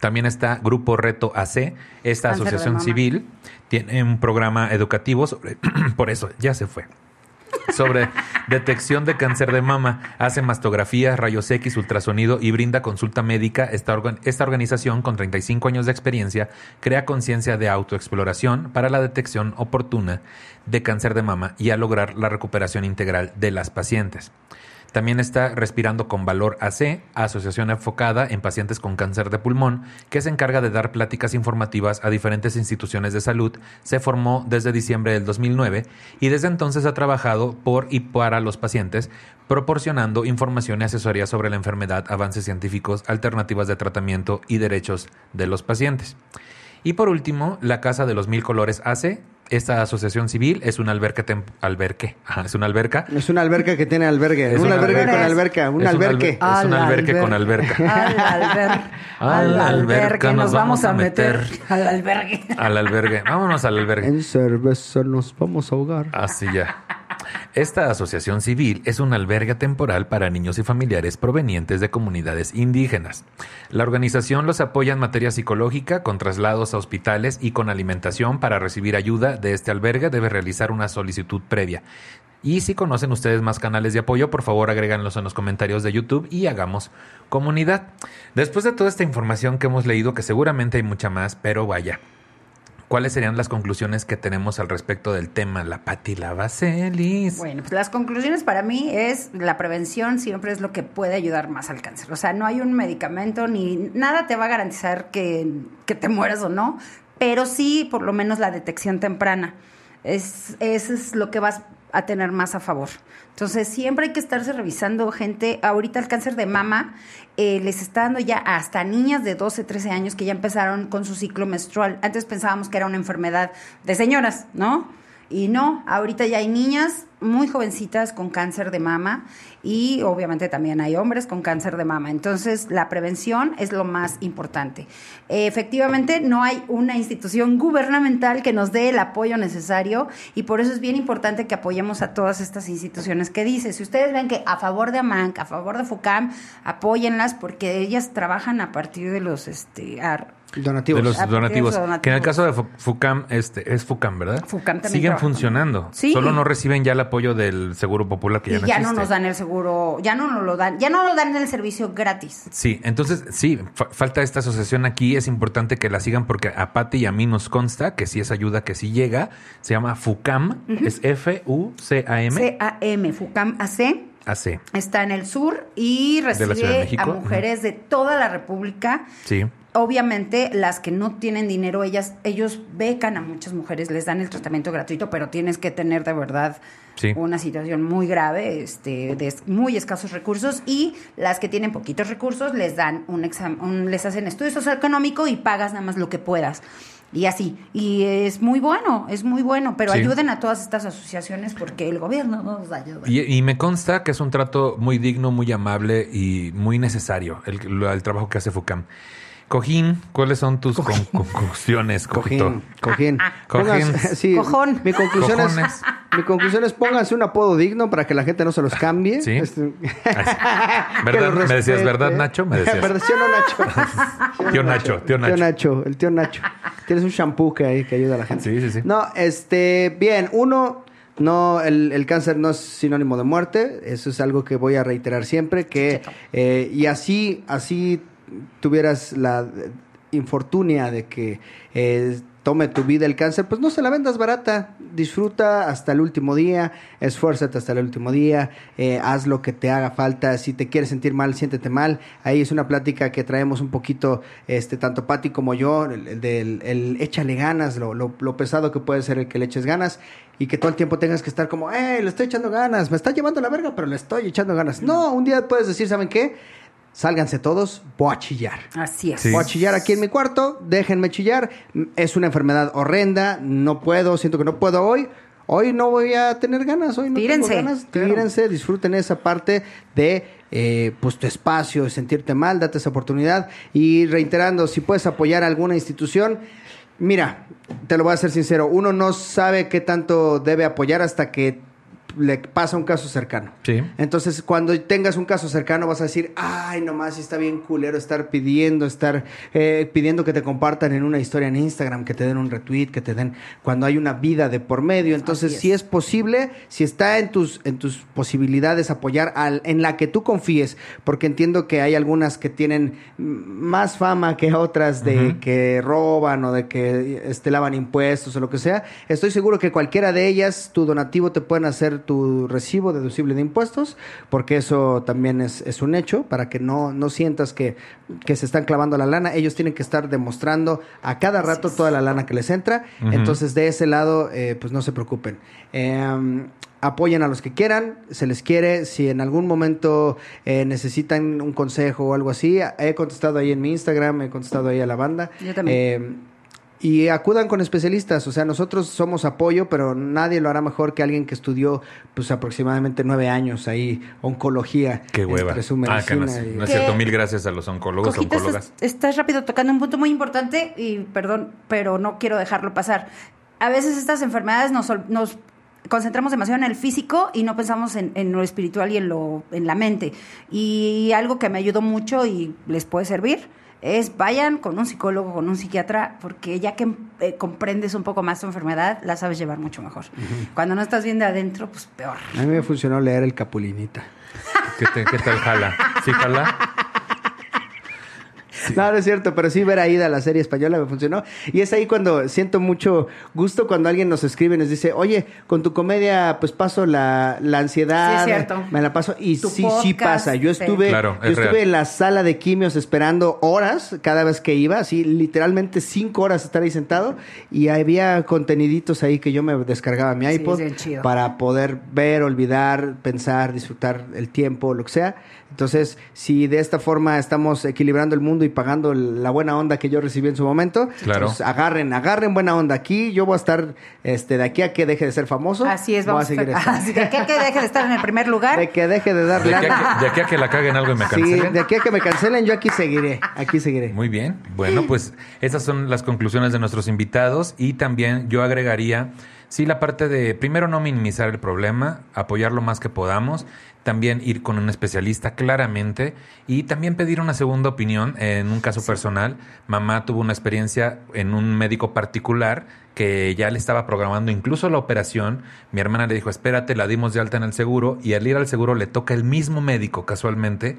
S1: También está Grupo Reto AC, esta
S2: Cáncer de
S1: asociación
S2: mama.
S1: civil tiene un programa educativo sobre, por eso, ya se fue, sobre detección de cáncer de mama, hace mastografía, rayos X, ultrasonido y brinda consulta médica. Esta, organ- esta organización, con 35 años de experiencia, crea conciencia de autoexploración para la detección oportuna de cáncer de mama y a lograr la recuperación integral de las pacientes. También está Respirando con Valor AC, asociación enfocada en pacientes con cáncer de pulmón, que se encarga de dar pláticas informativas a diferentes instituciones de salud. Se formó desde diciembre del 2009 y desde entonces ha trabajado por y para los pacientes, proporcionando información y asesoría sobre la enfermedad, avances científicos, alternativas de tratamiento y derechos de los pacientes. Y por último, la Casa de los Mil Colores AC. Esta asociación civil es un alberca, tem- alberque, ajá, es una alberca
S3: Es una alberca que tiene albergue.
S1: Es
S3: un
S1: una
S3: albergue con
S2: alberca.
S3: alberca. Un
S1: es alber-
S3: albergue.
S1: es un
S2: Al
S1: albergue con alberca.
S2: Al alber.
S1: Al
S2: Al
S1: alberca
S2: albergue.
S1: nos
S2: Nos vamos
S1: vamos
S2: a
S1: a meter.
S2: meter. Al albergue.
S1: Al albergue. Vámonos al albergue.
S3: En cerveza nos vamos a ahogar.
S1: Así ya. Esta asociación civil es un albergue temporal para niños y familiares provenientes de comunidades indígenas. La organización los apoya en materia psicológica, con traslados a hospitales y con alimentación. Para recibir ayuda de este albergue debe realizar una solicitud previa. Y si conocen ustedes más canales de apoyo, por favor agréganlos en los comentarios de YouTube y hagamos comunidad. Después de toda esta información que hemos leído, que seguramente hay mucha más, pero vaya, ¿Cuáles serían las conclusiones que tenemos al respecto del tema? La Pati la Vaselis.
S2: Bueno, pues las conclusiones para mí es la prevención siempre es lo que puede ayudar más al cáncer. O sea, no hay un medicamento ni nada te va a garantizar que, que te mueras o no, pero sí por lo menos la detección temprana. Es, eso es lo que vas a tener más a favor. Entonces, siempre hay que estarse revisando gente. Ahorita el cáncer de mama eh, les está dando ya hasta niñas de 12, 13 años que ya empezaron con su ciclo menstrual. Antes pensábamos que era una enfermedad de señoras, ¿no? Y no, ahorita ya hay niñas muy jovencitas con cáncer de mama y obviamente también hay hombres con cáncer de mama. Entonces, la prevención es lo más importante. Eh, Efectivamente, no hay una institución gubernamental que nos dé el apoyo necesario y por eso es bien importante que apoyemos a todas estas instituciones que dice. Si ustedes ven que a favor de AMANC, a favor de FUCAM, apóyenlas porque ellas trabajan a partir de los... Este, ar-
S3: Donativos.
S1: De los
S2: Ah,
S1: donativos.
S2: esos donativos.
S1: Que en el caso de Fu- FUCAM, este, es FUCAM, ¿verdad?
S2: FUCAM también
S1: Siguen
S2: trabaja.
S1: funcionando.
S2: Sí.
S1: Solo no reciben ya el apoyo del Seguro Popular que ya
S2: y
S1: no
S2: ya no
S1: existe.
S2: nos dan el seguro, ya no nos lo dan, ya no lo dan el servicio gratis.
S1: Sí, entonces sí, fa- falta esta asociación aquí. Es importante que la sigan porque a Pati y a mí nos consta que sí es ayuda, que sí llega. Se llama FUCAM. Es F-U-C-A-M-A-C.
S2: CAM, FUCAM AC, está en el sur y
S1: la Ciudad de
S2: recibe
S1: México,
S2: a mujeres de toda la República.
S1: Sí.
S2: obviamente las que no tienen dinero, ellas, ellos becan a muchas mujeres, les dan el tratamiento gratuito, pero tienes que tener de verdad
S1: Sí.
S2: una situación muy grave, este, de es- muy escasos recursos, y las que tienen poquitos recursos les dan un exam- un- les hacen estudio socioeconómico y pagas nada más lo que puedas. Y así, y es muy bueno, es muy bueno, pero
S1: Sí.
S2: ayuden a todas estas asociaciones porque el gobierno no nos ayuda.
S1: Y, y me consta que es un trato muy digno, muy amable y muy necesario el, lo- el trabajo que hace FUCAM. Cojín, ¿cuáles son tus con- conclusiones, Cojito?
S3: Cojín, cojín.
S1: Cojín.
S3: Pónganse- sí,
S2: Cojón.
S3: Mi conclusión, es,
S1: Cojones.
S3: mi conclusión es pónganse un apodo digno para que la gente no se los cambie.
S1: Sí.
S3: Este, Ah, que
S1: ¿Verdad?
S3: los
S1: Me decías,
S3: respete.
S1: ¿verdad, Nacho? Me decías.
S3: ¿Verdad, sí o no, Nacho? Sí o no,
S1: Tío Nacho, tío Nacho.
S3: el tío Nacho. Tienes un shampoo que, ahí que ayuda a la gente.
S1: Sí, sí, sí.
S3: No, este, bien, uno, no, el, el cáncer no es sinónimo de muerte, eso es algo que voy a reiterar siempre, que, eh, y así, así tuvieras la eh, infortunia de que eh, tome tu vida el cáncer, pues no se la vendas barata, disfruta hasta el último día, esfuérzate hasta el último día, eh, haz lo que te haga falta, si te quieres sentir mal, siéntete mal, ahí es una plática que traemos un poquito, este, tanto Patti como yo, el, el del el échale ganas, lo, lo- lo pesado que puede ser el que le eches ganas y que todo el tiempo tengas que estar como, hey, le estoy echando ganas, me está llevando la verga, pero le estoy echando ganas. No, un día puedes decir, ¿saben qué? Sálganse todos, voy a chillar.
S2: Así es.
S1: Sí.
S3: Voy a chillar aquí en mi cuarto, déjenme chillar. Es una enfermedad horrenda, no puedo, siento que no puedo hoy. Hoy no voy a tener ganas, hoy no
S2: Tírense.
S3: tengo ganas. Tírense, disfruten esa parte de eh, pues tu espacio, de sentirte mal, date esa oportunidad. Y reiterando, si puedes apoyar a alguna institución, mira, te lo voy a ser sincero, uno no sabe qué tanto debe apoyar hasta que le pasa un caso cercano.
S1: Sí.
S3: Entonces, cuando tengas un caso cercano, vas a decir, ay, nomás sí está bien culero estar pidiendo, estar eh, pidiendo que te compartan en una historia en Instagram, que te den un retweet, que te den cuando hay una vida de por medio. Entonces,
S2: es.
S3: si es posible, si está en tus, en tus posibilidades apoyar al, en la que tú confíes, porque entiendo que hay algunas que tienen mm, más fama que otras de que roban o de que este, lavan impuestos o lo que sea. Estoy seguro que cualquiera de ellas, tu donativo te pueden hacer tu recibo deducible de impuestos, porque eso también es, es un hecho, para que no, no sientas que, que se están clavando la lana. Ellos tienen que estar demostrando a cada rato toda la lana que les entra. Entonces, de ese lado, eh, pues no se preocupen. Em, apoyen a los que quieran, se les quiere. Si en algún momento eh, necesitan un consejo o algo así, he contestado ahí en mi Instagram, he contestado ahí a la banda.
S2: Yo también.
S3: Em, y acudan con especialistas, o sea, nosotros somos apoyo, pero nadie lo hará mejor que alguien que estudió, pues aproximadamente nueve años ahí, oncología.
S1: Qué hueva.
S3: entre su
S1: Ah, que no es,
S3: medicina y-
S1: no es
S2: ¿Qué?
S1: cierto. Mil gracias a los oncólogos,
S2: Cojitas,
S1: oncólogas.
S2: es- estás rápido tocando un punto muy importante y perdón, pero no quiero dejarlo pasar. A veces estas enfermedades nos, ol- nos concentramos demasiado en el físico y no pensamos en, en lo espiritual y en, lo, en la mente. Y algo que me ayudó mucho y les puede servir es vayan con un psicólogo, con un psiquiatra, porque ya que eh, comprendes un poco más tu enfermedad, la sabes llevar mucho mejor. Cuando no estás bien de adentro, pues peor.
S3: A mí me funcionó leer el Capulinita.
S1: ¿Qué, te- qué tal jala? ¿Sí jala?
S3: No, no es cierto, pero sí ver ahí de la serie española me funcionó. Y es ahí cuando siento mucho gusto cuando alguien nos escribe y nos dice, oye, con tu comedia pues paso la, la
S2: Sí,
S3: ansiedad,
S2: es cierto.
S3: me la paso. Y
S2: Tu
S3: sí, sí
S2: podcast,
S3: pasa. Yo
S2: sí.
S3: estuve,
S1: Claro,
S3: yo
S1: es
S3: estuve
S1: real.
S3: en la sala de quimios esperando horas cada vez que iba, así literalmente cinco horas estar ahí sentado y había conteniditos ahí que yo me descargaba a mi
S2: Sí,
S3: iPod
S2: es bien chido.
S3: para poder ver, olvidar, pensar, disfrutar el tiempo, lo que sea. Entonces, si de esta forma estamos equilibrando el mundo y pagando el- la buena onda que yo recibí en su momento,
S1: Claro.
S3: pues, agarren, agarren buena onda aquí. Yo voy a estar este, de aquí a que deje de ser famoso.
S2: Así es,
S3: voy
S2: vamos
S3: a seguir
S2: estar- Así
S3: estando.
S2: que, que- que deje de estar en el primer lugar.
S3: De que deje de dar
S1: De aquí,
S3: lana.
S1: a que, de aquí a que la caguen algo y me
S3: Sí,
S1: cancelen.
S3: de aquí a que me cancelen, yo aquí seguiré. Aquí seguiré.
S1: Muy bien. Bueno, pues esas son las conclusiones de nuestros invitados y también yo agregaría, sí, la parte de primero no minimizar el problema, apoyar lo más que podamos, también ir con un especialista claramente y también pedir una segunda opinión en un caso personal. Mamá tuvo una experiencia en un médico particular que ya le estaba programando incluso la operación. Mi hermana le dijo, espérate, la dimos de alta en el seguro y al ir al seguro le toca el mismo médico casualmente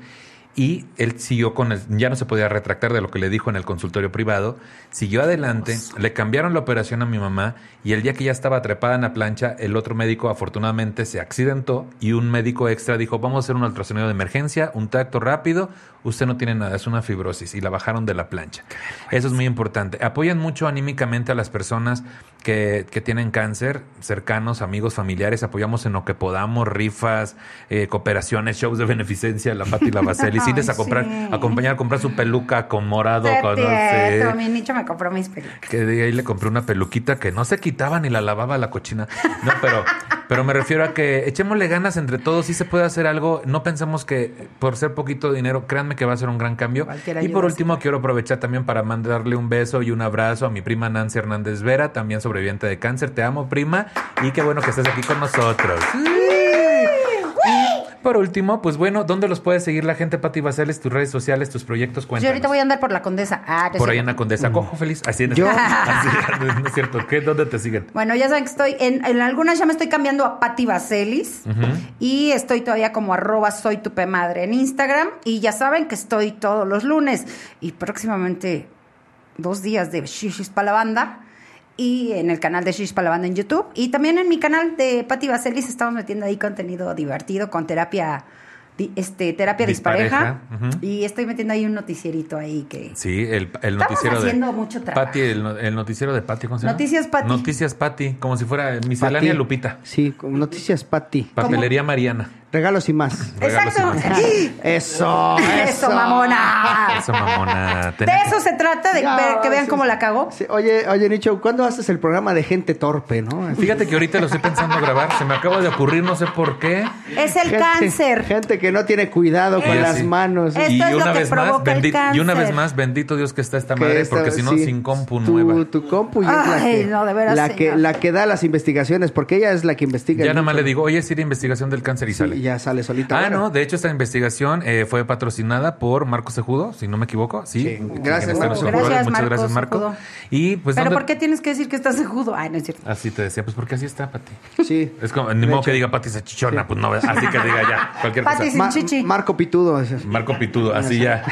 S1: y él siguió con el, ya no se podía retractar de lo que le dijo en el consultorio privado, siguió adelante, le cambiaron la operación a mi mamá y el día que ya estaba trepada en la plancha, el otro médico afortunadamente se accidentó y un médico extra dijo, vamos a hacer un ultrasonido de emergencia, un tacto rápido, usted no tiene nada, es una fibrosis y la bajaron de la plancha. Eso es muy importante. Apoyan mucho anímicamente a las personas que, que tienen cáncer, cercanos, amigos, familiares, apoyamos en lo que podamos, rifas, eh, cooperaciones, shows de beneficencia, la Pati y la Vaseli,
S2: Ay,
S1: sí les a comprar,
S2: sí.
S1: a acompañar a comprar su peluca con morado, con no sé,
S2: Cierto, mi este, nicho me compró mis películas.
S1: que de ahí le compré una peluquita que no se quitaba ni la lavaba la cochina. No, pero, pero me refiero a que echémosle ganas entre todos, sí se puede hacer algo. No pensamos que por ser poquito dinero, créanme que va a ser un gran cambio.
S2: Cualquier
S1: Y por
S2: ayuda
S1: último, quiero aprovechar también para mandarle un beso y un abrazo a mi prima Nancy Hernández Vera, también sobreviviente de cáncer. Te amo, prima, y qué bueno que estés aquí con nosotros. Y Por último, pues bueno, ¿dónde los puede seguir la gente, Pati Baseles? Tus redes sociales, tus proyectos,
S2: Yo ahorita
S1: cuéntanos.
S2: voy a andar por la condesa. Ah, no es
S1: Por ahí
S2: cierto.
S1: en la Condesa. Cojo feliz. Así en
S3: Yo-
S1: Así, no es cierto. ¿Qué? ¿Dónde te siguen?
S2: Bueno, ya saben que estoy en, en algunas ya me estoy cambiando a Patti Vaselis y estoy todavía como arroba soy tu pe madre en Instagram y ya saben que estoy todos los lunes y próximamente dos días de Shishis para la banda y en el canal de Shishis para la banda en YouTube y también en mi canal de Patti Vaselis estamos metiendo ahí contenido divertido con terapia di- este terapia dispareja,
S1: Dispareja, ujú.
S2: y estoy metiendo ahí un noticierito ahí que
S1: Sí, el, el
S2: Estamos
S1: noticiero
S2: haciendo
S1: de.
S2: mucho trabajo.
S1: Pati, el, no- el noticiero de Pati. ¿cómo se llama?
S2: Noticias Pati.
S1: Noticias Pati, como si fuera miscelánea
S3: Pati.
S1: Lupita.
S3: Sí, con noticias Pati.
S1: Papelería Mariana.
S3: Regalos y más.
S1: Regalos y
S2: Exacto.
S3: Eso,
S2: Eso, mamona.
S1: Eso, mamona.
S2: De
S1: Tenía que-
S2: eso se trata, de
S3: Ya,
S2: ver- que vean
S3: sí,
S2: cómo
S3: sí.
S2: la cagó.
S3: Sí, oye, oye, Nicho, ¿cuándo haces el programa de gente torpe, no?
S1: Fíjate que ahorita lo estoy pensando grabar. Se me acaba de ocurrir, no sé por qué.
S2: Es el
S3: Gente-
S2: cáncer. Eh,
S3: Gente que no tiene cuidado con
S1: Oye,
S3: las
S1: sí.
S3: manos.
S2: Esto es lo que provoca el
S1: bendi- y una vez
S2: cáncer.
S1: más, bendito Dios que está esta
S3: Que
S1: madre,
S3: esta-
S1: porque si no,
S3: sí,
S1: sin compu
S3: tu-
S1: nueva.
S3: Tu compu y es la
S2: Ay,
S3: que,
S2: no, de veras,
S3: la, que,
S2: señor.
S3: la que da las investigaciones, porque ella es la que investiga.
S1: Ya nada más
S3: mucho.
S1: le digo, oye, es ir a investigación del cáncer y
S3: Sí,
S1: sale.
S3: y ya sale solita.
S1: Ah,
S3: Bueno,
S1: no, de hecho esta investigación eh, fue patrocinada por Marcos Sejudo, si no me equivoco, sí.
S3: Sí,
S1: que
S3: gracias,
S1: está en los
S3: Marcos.
S1: controles.
S2: Gracias,
S1: Muchas
S2: Marcos
S1: gracias, Marco.
S2: Sejudo.
S1: Y pues
S2: Pero
S1: ¿dónde-
S2: ¿por qué tienes que decir que estás sejudo? Ay, no es cierto.
S1: así te decía, pues porque así está, Pati.
S3: Sí.
S1: Es como ni
S3: De
S1: modo
S3: hecho.
S1: que diga Pati se chichona, pues no, así que diga ya cualquier cosa.
S2: Pati sin chichi.
S3: Marco Pitudo.
S1: Marco Pitudo, así ya.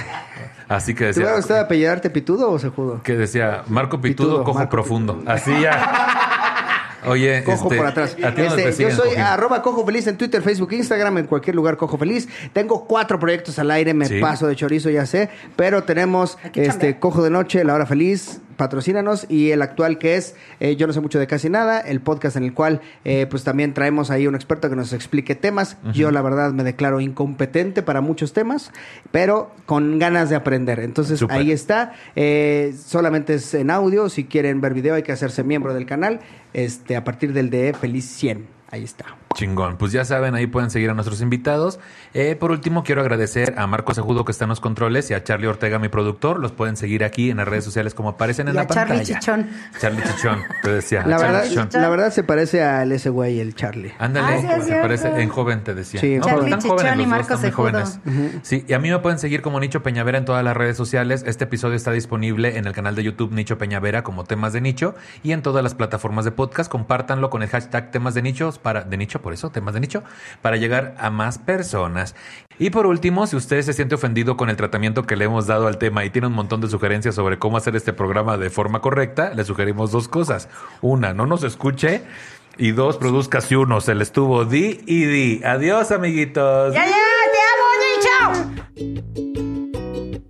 S1: Así que
S3: ¿Te hubiera
S1: decía
S3: gustado apellidarte Pitudo o Sejudo?
S1: que decía Marco Pitudo,
S3: Pitudo,
S1: cojo
S3: Marco
S1: profundo, así ya. Oye,
S3: Cojo
S1: este,
S3: por atrás.
S1: ¿a ti dónde te
S3: Este, yo
S1: siguen,
S3: soy
S1: Cojín?
S3: arroba cojo feliz en Twitter, Facebook, Instagram, en cualquier lugar cojo feliz. Tengo cuatro proyectos al aire, me
S1: Sí.
S3: paso de chorizo, ya sé. Pero tenemos
S2: Hay que
S3: este
S2: chambear.
S3: cojo de noche, la hora feliz, patrocínanos y el actual que es eh, yo no sé mucho de casi nada, el podcast en el cual eh, pues también traemos ahí un experto que nos explique temas. Yo la verdad me declaro incompetente para muchos temas, pero con ganas de aprender. Entonces
S1: Súper.
S3: ahí está. Eh, solamente es en audio. Si quieren ver video, hay que hacerse miembro del canal. Este, a partir del de Feliz 100. Ahí está.
S1: Chingón. Pues ya saben, ahí pueden seguir a nuestros invitados. Eh, por último, quiero agradecer a Marcos Ajudo que está en los controles y a Charlie Ortega, mi productor. Los pueden seguir aquí en las redes sociales como aparecen en
S2: Y
S1: la
S2: a Charlie
S1: pantalla.
S2: Chichón.
S1: Charlie Chichón, te decía.
S3: La
S1: Charlie
S3: verdad,
S1: Chichón.
S3: la verdad se parece al ese güey, el Charlie.
S1: Ándale,
S2: Ah, sí, es
S1: se
S2: cierto.
S1: parece en joven, te decía.
S3: Sí, en
S1: pero
S3: joven.
S1: están
S2: Charlie
S1: jóvenes
S2: Chichón y
S1: los dos,
S2: Marcos
S1: están muy jóvenes.
S2: Sejudo.
S1: Sí, y a mí me pueden seguir como Nicho Peñavera en todas las redes sociales. Este episodio está disponible en el canal de YouTube Nicho Peñavera como temas de nicho y en todas las plataformas de podcast. Compártanlo con el hashtag temas de nichos para de nicho, por eso temas de nicho para llegar a más personas. Y por último, si usted se siente ofendido con el tratamiento que le hemos dado al tema y tiene un montón de sugerencias sobre cómo hacer este programa de forma correcta, le sugerimos dos cosas. Una, no nos escuche. Y dos, produzca si uno se le estuvo di y di. Adiós, amiguitos.
S2: ¡Ya, ya! ¡Te amo, Nicho!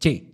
S5: Sí.